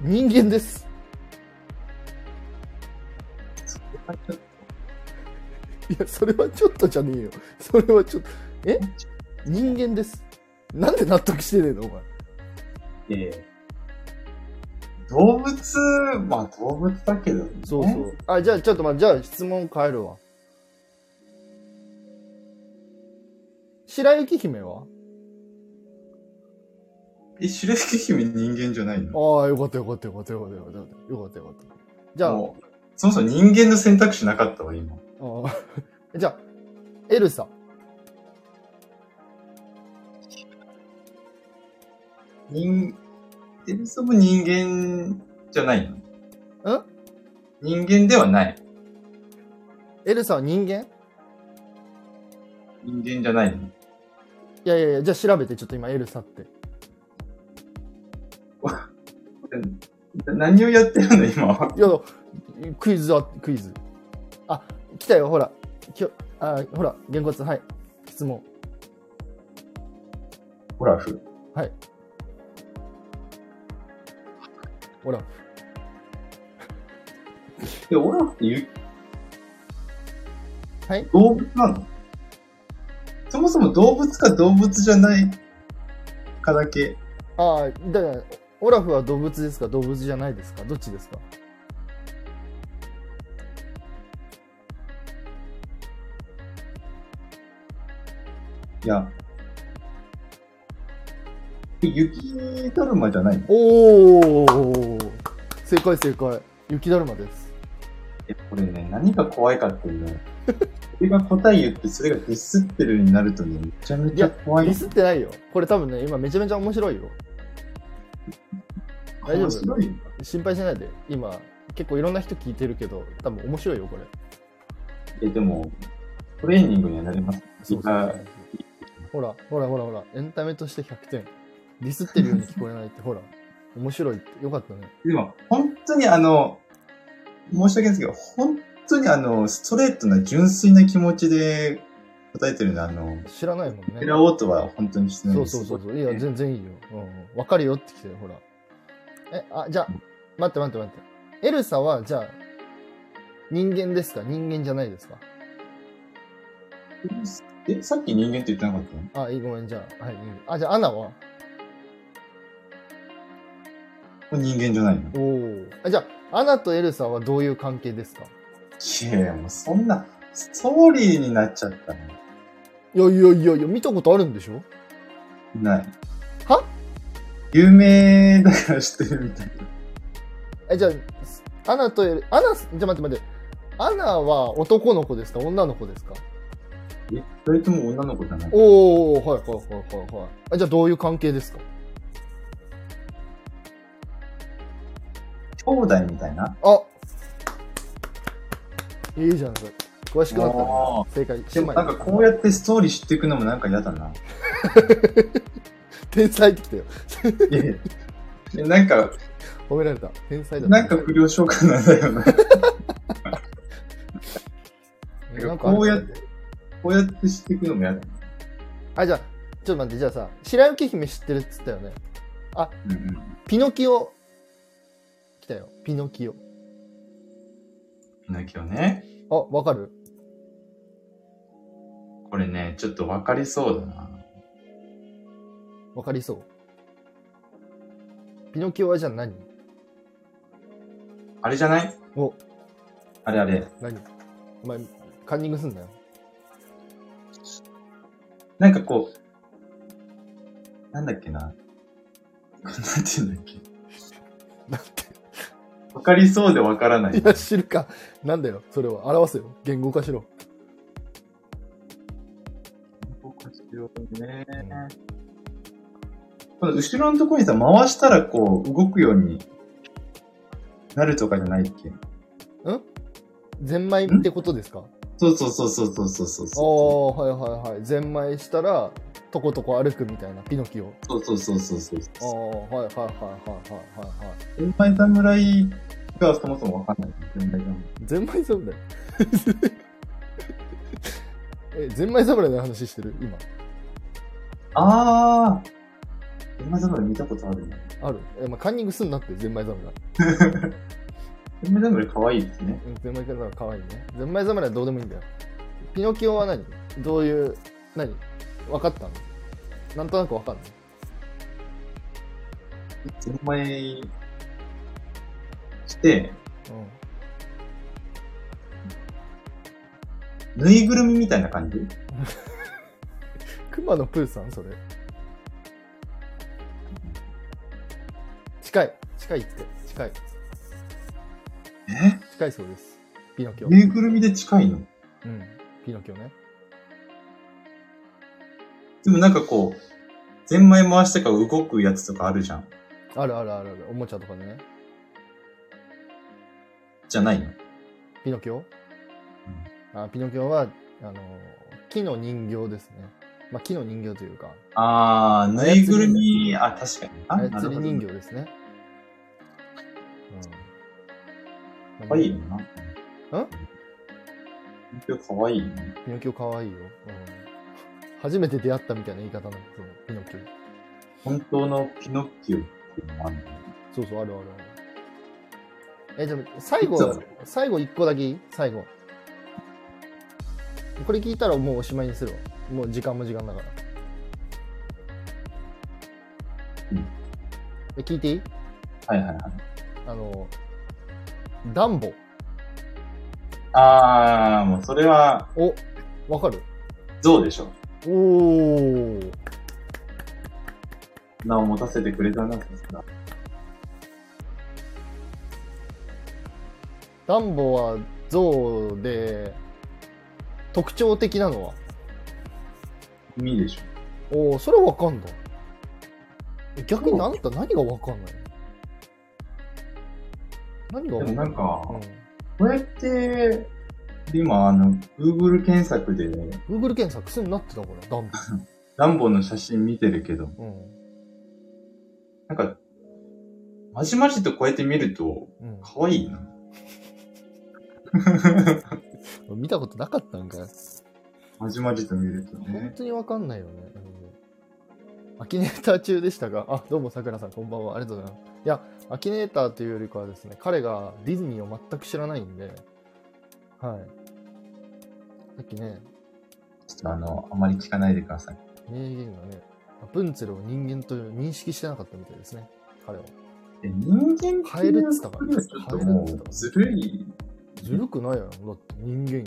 S1: 人間です。
S2: それはちょっ
S1: いや、それはちょっとじゃねえよ。それはちょっと、え人間です。なんで納得してねえのお前。
S2: とえー動物、まあ動物だけど、ね。
S1: そうそう。あ、じゃあちょっと待って、じゃあ質問変えるわ。白雪姫は
S2: え、シュレスケ姫人間じゃないの
S1: ああ、よかったよかったよかったよかったよかったよかったよかったよかった。じゃあ、
S2: もうそもそも人間の選択肢なかったわ、今。
S1: ああ じゃあ、エルサ。
S2: 人、エルサも人間じゃないの
S1: ん
S2: 人間ではない。
S1: エルサは人間
S2: 人間じゃないの。
S1: いやいやいや、じゃあ調べて、ちょっと今エルサって。
S2: な何をやってるの、今。
S1: いや、クイズは、クイズ。あ、来たよ、ほら。きょあほら、原骨、はい。質問。
S2: オラフ。
S1: ほら。
S2: で、オラフって言う
S1: はい
S2: 動物なのそもそも動物か動物じゃないかだけ。
S1: ああ、だから、オラフは動物ですか動物じゃないですかどっちですか
S2: いや。雪だるまじゃないの
S1: おー正解正解。雪だるまです。
S2: え、これね、何が怖いかっていうの は、それが答え言って、それがディスってるになるとね、めちゃめちゃ怖い。
S1: ミスってないよ。これ多分ね、今めちゃめちゃ面白いよ。大丈夫
S2: 面白いよ
S1: 心配しないで。今、結構いろんな人聞いてるけど、多分面白いよ、これ。
S2: え、でも、トレーニングにはなります。
S1: そうそうそうほら、ほら、ほら、ほら。エンタメとして100点。ディスってるように聞こえないって、ほら。面白いって。よかったね。
S2: でも、本当にあの、申し訳ないですけど、本当にあの、ストレートな純粋な気持ちで答えてるのは、あの、
S1: 知らないもんね。
S2: 狙おうとは本当にしてない
S1: そ
S2: で
S1: う
S2: す。
S1: そうそうそう。いや、全然いいよ。うんうん。わかるよって来てる、ほら。え、あ、じゃあ、待って待って待って。エルサは、じゃあ、人間ですか人間じゃないですか
S2: え、さっき人間って言ってなかったの
S1: あ、いい、ごめん、じゃあ、はい、人間。あ、じゃあ、アナは
S2: これ人間じゃないの
S1: おお。あ、じゃあ、アナとエルサはどういう関係ですか
S2: いやもうそんな、ストーリーになっちゃったの。
S1: いやいやいやいや、見たことあるんでしょ
S2: ない。
S1: は
S2: 有名だから知ってるみたいな。
S1: え、じゃあ、アナとエル、アナ、じゃあ待って待って。アナは男の子ですか女の子ですか
S2: え、それとも女の子じゃない
S1: おおはいはいはいはいはい。あ、じゃあ、どういう関係ですか
S2: 兄弟みたいな
S1: あいいじゃん、それ。詳しくなったね
S2: お。
S1: 正解。
S2: でもなんかこうやってストーリー知っていくのもなんか嫌だな。
S1: 天才ってきたよ。
S2: いやいやえなんか、
S1: 褒められた。天才だった
S2: なんか不良召喚なんだよな。
S1: えなんかある
S2: こうやって、こうやって知っていくのも嫌だな。
S1: あ、じゃあ、ちょっと待って、じゃあさ、白雪姫知ってるっつったよね。
S2: うんうん。
S1: ピノキオ。来たよ。ピノキオ。
S2: ピノキオね。
S1: あ、わかる
S2: これね、ちょっとわかりそうだな。
S1: わかりそう。ピノキオはじゃあ何
S2: あれじゃない
S1: お、
S2: あれあれ。
S1: 何お前、カンニングすんなよ。
S2: なんかこう、なんだっけな。なんて言うんだっけ。
S1: だって。
S2: わかりそうでわからない
S1: い。や、知るか。なんだよ。それは。表せよ。言語化しろ。
S2: 後ろのところにさ、回したらこう、動くようになるとかじゃないっけ
S1: ゼンマイってことですか
S2: そうそうそうそうそうそうそう
S1: ああ、
S2: そ
S1: はいはいはい。ゼンマイしたら、とことこ歩くみたいな、ピノキオ。
S2: う。そうそうそうそう
S1: あ
S2: そう。
S1: あ、はいはいはいはいはいはい。
S2: 先輩侍がそもそもわかんない。先輩侍。
S1: ゼンマイ 侍え、ゼンマイ侍の話してる今。
S2: あー先輩侍見たことあるね。
S1: あるえ、まあ、カンニングすんなって、ゼンマイ侍。
S2: 先輩侍可愛いですね。
S1: うんゼンマイ侍可愛いね。ゼンマイ侍はどうでもいいんだよ。ピノキオは何どういう、何分かったのなんとなく分かんない。
S2: 先輩して、
S1: うん。
S2: ぬいぐるみみたいな感じ
S1: 熊野プーさんそれ近い近いって近い
S2: え
S1: 近いそうですピノキオ、
S2: ぬいぐるみで近いの
S1: うんピノキオね
S2: でもなんかこう、ゼンマイ回してから動くやつとかあるじゃん。
S1: あるあるあるあるおもちゃとかでね
S2: じゃないの
S1: ピノキオ、あピノキオはあの木の人形ですねまあ木の人形というか
S2: あー、ぬいぐるみ、あ、確かに。あ、な
S1: 操
S2: る
S1: り
S2: ほど
S1: 人形ですねうん
S2: かわいいよな。んかわいいよね。
S1: ピノキオかわいいよ、うん、初めて出会ったみたいな言い方なんですよピノキオ
S2: 本当のピノッキオっていうのもあるの
S1: そうそう、あるあるある。え、でも、最後
S2: いつだろう、
S1: 最後一個だけいい最後。これ聞いたらもうおしまいにするわ。もう時間も時間だから。
S2: うん
S1: え、聞いていい
S2: はいはいはい。
S1: あの、ダンボ。
S2: あー、もうそれは、
S1: お、わかる
S2: 象でしょ。
S1: おー。
S2: 名を持たせてくれたな、さすが。
S1: ダンボは象で、特徴的なのは
S2: 海でしょ。
S1: おおそれわかんだえ逆にあんた何がわかんないの何がわか
S2: でも
S1: んな
S2: ないんか、
S1: うん
S2: こうやって、今、あの、Google 検索で、
S1: Google 検索すんなってたからダン
S2: ダンボの写真見てるけど、
S1: ボ、うん
S2: なんか、まじまじとこうやって見ると、
S1: うん
S2: かわいいな。
S1: 見たことなかったんかい
S2: まじまじと見ると
S1: 本
S2: ね。
S1: 当にわかんないよね、うんアキネーター中でしたが あどうもさくらさんこんばんはありがとうございますいやアキネーターというよりかはですね彼がディズニーを全く知らないんではいさっきね
S2: ちょっとあの、あまり聞かないでください。
S1: 名言がね、ラプンツェルを人間と認識してなかったみたいですね、彼は。
S2: え、人間っていう
S1: カエルっつったから
S2: ちょっとも
S1: カエルっつったか
S2: う、
S1: ら
S2: ずるい。
S1: ずるくないやろ、だって人間よ。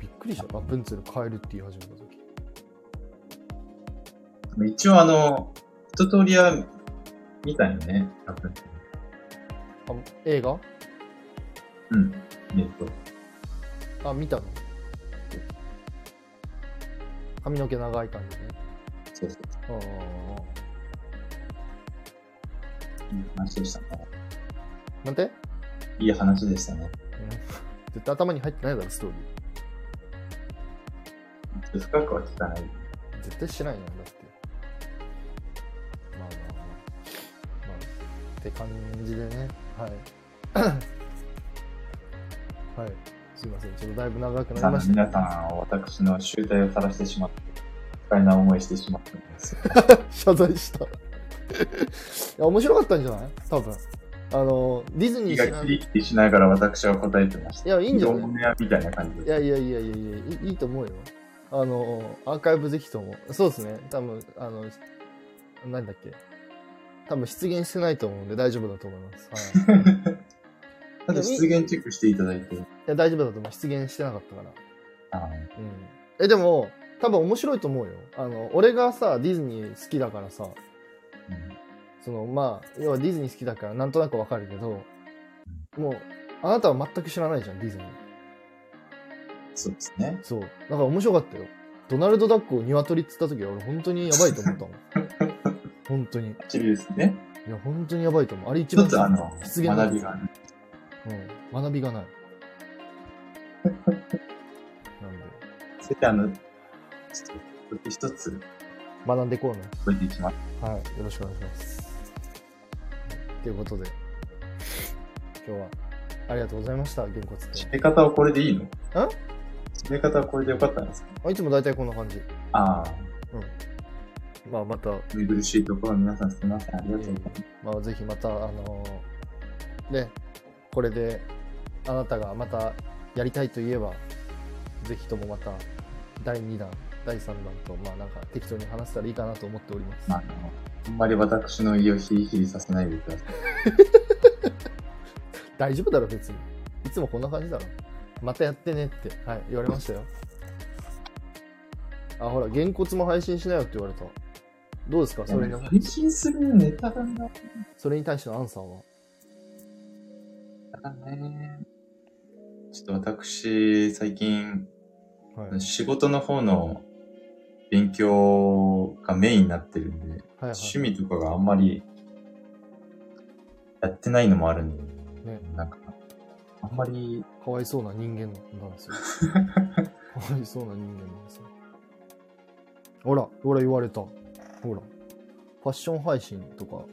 S1: びっくりした、ラプンツェルカエルって言い始めた時
S2: 一応あの、一通りは、見たよね。ラプンツェ
S1: あ、映画
S2: ルうん。えっと、
S1: あ、見たの髪の毛長い感じね。
S2: そうそう。
S1: ああ。
S2: いい話でしたね。
S1: なんて
S2: いい話でしたね。
S1: うん絶対頭に入ってないだろ、ストーリ
S2: ちょっと深くは聞かない。
S1: ー。絶対してないよ、だって。まあまあまあ。まあ、って感じでね。はい。 はい。すいません。ちょっとだいぶ長くな
S2: さ
S1: りま
S2: あ、
S1: した。
S2: 皆さん、私の集大を晒してしまって、不快な思いしてしまったんです。
S1: 謝罪した。い や、面白かったんじゃない多分。あの、ディズニ
S2: 気
S1: ー知ら
S2: がキ
S1: ない。
S2: リ
S1: い
S2: キリしながら私は答えてました。
S1: や、いいんじゃない
S2: ねみたいな感じ
S1: い
S2: で。
S1: やいやいやいやいやいい、いいと思うよ。あの、アーカイブぜひとも。そうですね。多分、あの、なんだっけ。多分出現してないと思うんで大丈夫だと思います。はい。い
S2: ただ出現チェックしていただいて。
S1: や、大丈夫だと思う。出現してなかったから。
S2: あ
S1: う
S2: の
S1: ん。え、でも、多分面白いと思うよ。あの、俺がさ、ディズニー好きだからさ、そのまあ要はディズニー好きだからなんとなくわかるけどもうあなたは全く知らないじゃんディズニー
S2: そうですね。
S1: そうだから面白かったよドナルド・ダックを鶏っつった時は俺本当にやばいと思ったもん 本当にい
S2: チリですね。
S1: や本当にやばいと思うあれ一
S2: ちょ
S1: 番
S2: っとあの、
S1: 失言なんで
S2: 学び
S1: す
S2: がある。
S1: うん、学びがな いなんで
S2: それであの、ちょっと一つ
S1: 学んでいこうね
S2: 超えていきます。
S1: はい、よろしくお願いします。ということで、今日はありがとうございました、げんこつく
S2: 締
S1: ん。
S2: め方はこれでいいのん締め方はこれでよかったんですか
S1: あいつも大体こんな感じ。
S2: ああ、
S1: まあ、また、
S2: 見苦しいところ皆さんすみません。ありがとうございます。
S1: まあ、ぜひまた、あのーね、これで、あなたがまたやりたいと言えば、ぜひともまた、第2弾、第3弾と、まあ、なんか適当に話せたらいいかなと思っております。
S2: まあ、あの、あんまり私の家をヒリヒリさせないでください。
S1: 大丈夫だろ、別に。いつもこんな感じだろ。またやってねって、はい、言われましたよ。あ、ほら、げんこつも配信しなよって言われた。どうですかそれに
S2: 配信するネタがな
S1: それに対してのアンさんは。
S2: だね。ちょっと私、最近、
S1: はい。
S2: 仕事の方の勉強がメインになってるんで、
S1: はいはい、
S2: 趣味とかがあんまりやってないのもあるんで、
S1: ね
S2: なんか、あんまり、
S1: かわいそうな人間なんですよ。 かわいそうな人間なんですよ。ほら、ほら言われた。ほら。ファッション配信とか、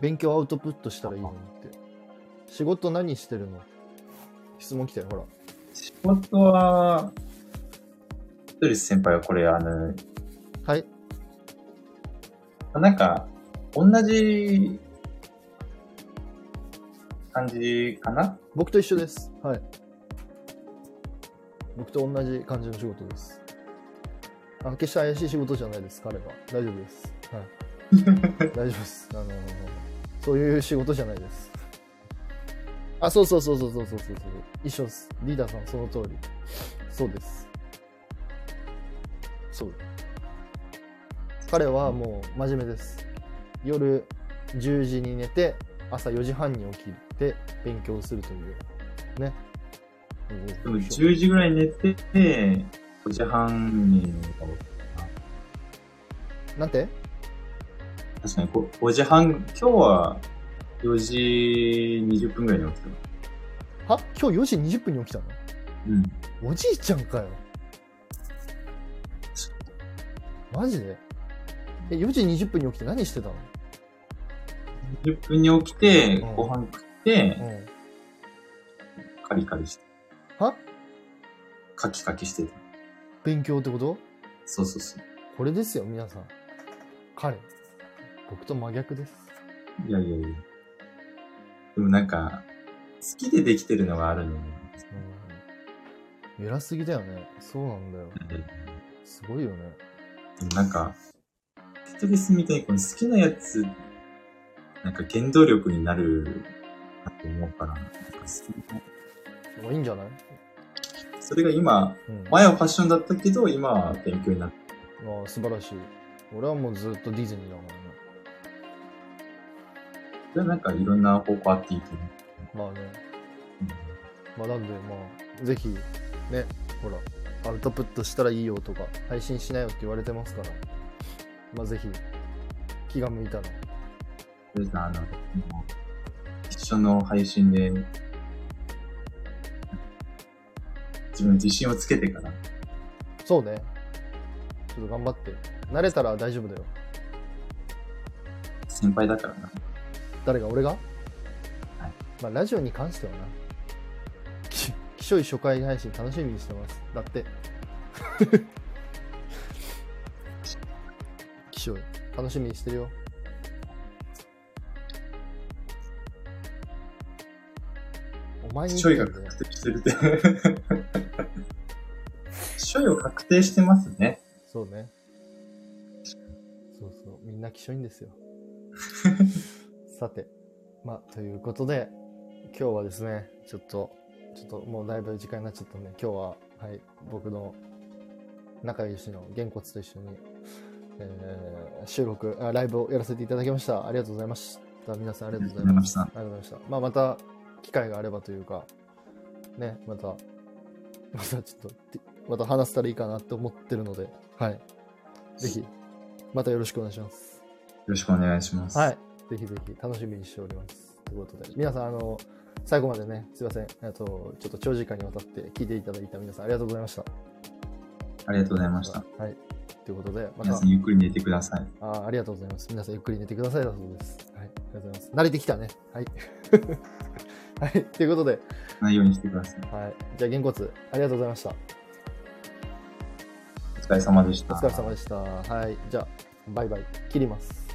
S1: 勉強アウトプットしたらいいのにって。仕事何してるの質問来たよ、ほら。
S2: 仕事は、ストレス先輩はこれ、あの、
S1: はい。
S2: なんか、同じ感じかな
S1: 僕と一緒です。はい。僕と同じ感じの仕事です。あ決して怪しい仕事じゃないです、彼は。大丈夫です。はい。大 丈夫です。あのーそういう仕事じゃないです。あ、そうそうそうそうそうそうそうそう。一緒です。リーダーさん、その通り。そうです。そう。彼はもう真面目です。夜10時に寝て、朝4時半に起きて勉強するという。ね。
S2: でも10時ぐらい寝て、5時半に、
S1: なんて
S2: 確かに 5, 時半、今日は4時20分ぐらいに起きた。
S1: は今日4時20分に起きたの
S2: うん。
S1: おじいちゃんかよ。マジでえ、4時20分に起きて何してたの
S2: 10分に起きて、
S1: うん
S2: ご飯食って、
S1: ん。
S2: カリカリして、
S1: は
S2: カキカキしてた。
S1: 勉強ってこと
S2: そうそうそ
S1: これですよ、皆さん。彼。僕と真逆です。
S2: う。いやいやいや。でもなんか、好きでできてるのがあるのに。
S1: うん。偉すぎだよね。そうなんだよ。すごいよね。
S2: でもなんか、テトリスみたいにこの好きなやつ、なんか原動力になるなと思うから、なんか好き
S1: まあいいんじゃない
S2: それが今、
S1: うん。
S2: 前はファッションだったけど、今は勉強になって、
S1: まあ、素晴らしい。俺はもうずっとディズニーだからね。
S2: それはなんかいろんな方向あっていいと思う。
S1: まあね。
S2: うん
S1: まあ、なんで、まあ、ぜひ、ね、ほら、アウトプットしたらいいよとか、配信しなよって言われてますから、まあ、ぜひ、気が向いたら、
S2: それじゃあ、あの、もう一緒の配信で、自分に自信をつけてから、
S1: そうね、ちょっと頑張って、慣れたら大丈夫だよ。
S2: 先輩だからな。
S1: 誰が、俺が
S2: はい
S1: まあ、ラジオに関してはな、き、きしょい初回配信楽しみにしてます。だって。 きしょい、楽しみにしてるよ。お前に
S2: ちょいが
S1: 言ってんだよ
S2: 確定してるって。ちょいを確定してますね。
S1: そうね。そうそう。みんなきしょいんですよ。さて、まあ、ということで、今日はですね、ちょっと、ちょっともうだいぶ時間になっちゃったんで、今日は、はい、僕の仲良しのげんこつと一緒に、えー収録あ、ライブをやらせていただきました。ありがとうございました。皆さんありがとうござい
S2: ありがとうござい
S1: ま
S2: ま
S1: し。
S2: したた
S1: ありがとうございました。まあ、また機会があればというか、ね、また、またちょっと、てまた話せたらいいかなって思ってるので、はい。ぜひ、またよろしくお願いします。
S2: ろしくお願いします。
S1: はい。。ぜひぜひ楽しみにしております。ということで、皆さん、あの、最後までね、すいません。えっと、ちょっと長時間にわたって聞いていただいた皆さん、ありがとうございました。あ
S2: ありがとうございました。。
S1: はい。ということで、ま
S2: 皆
S1: た
S2: さん、ゆっくり寝てください。
S1: あー、ありがとうございます。皆さん、ゆっくり寝てくださいだそうです。はい。ありがとうございます。慣れてきたね。はい。 はい。ということで、
S2: ないようにしてください。
S1: はい。じゃあ、げんこつ、ありがとうございました。
S2: お疲れ様でした。
S1: お疲れ様でした。はい。じゃあ、バイバイ。切ります。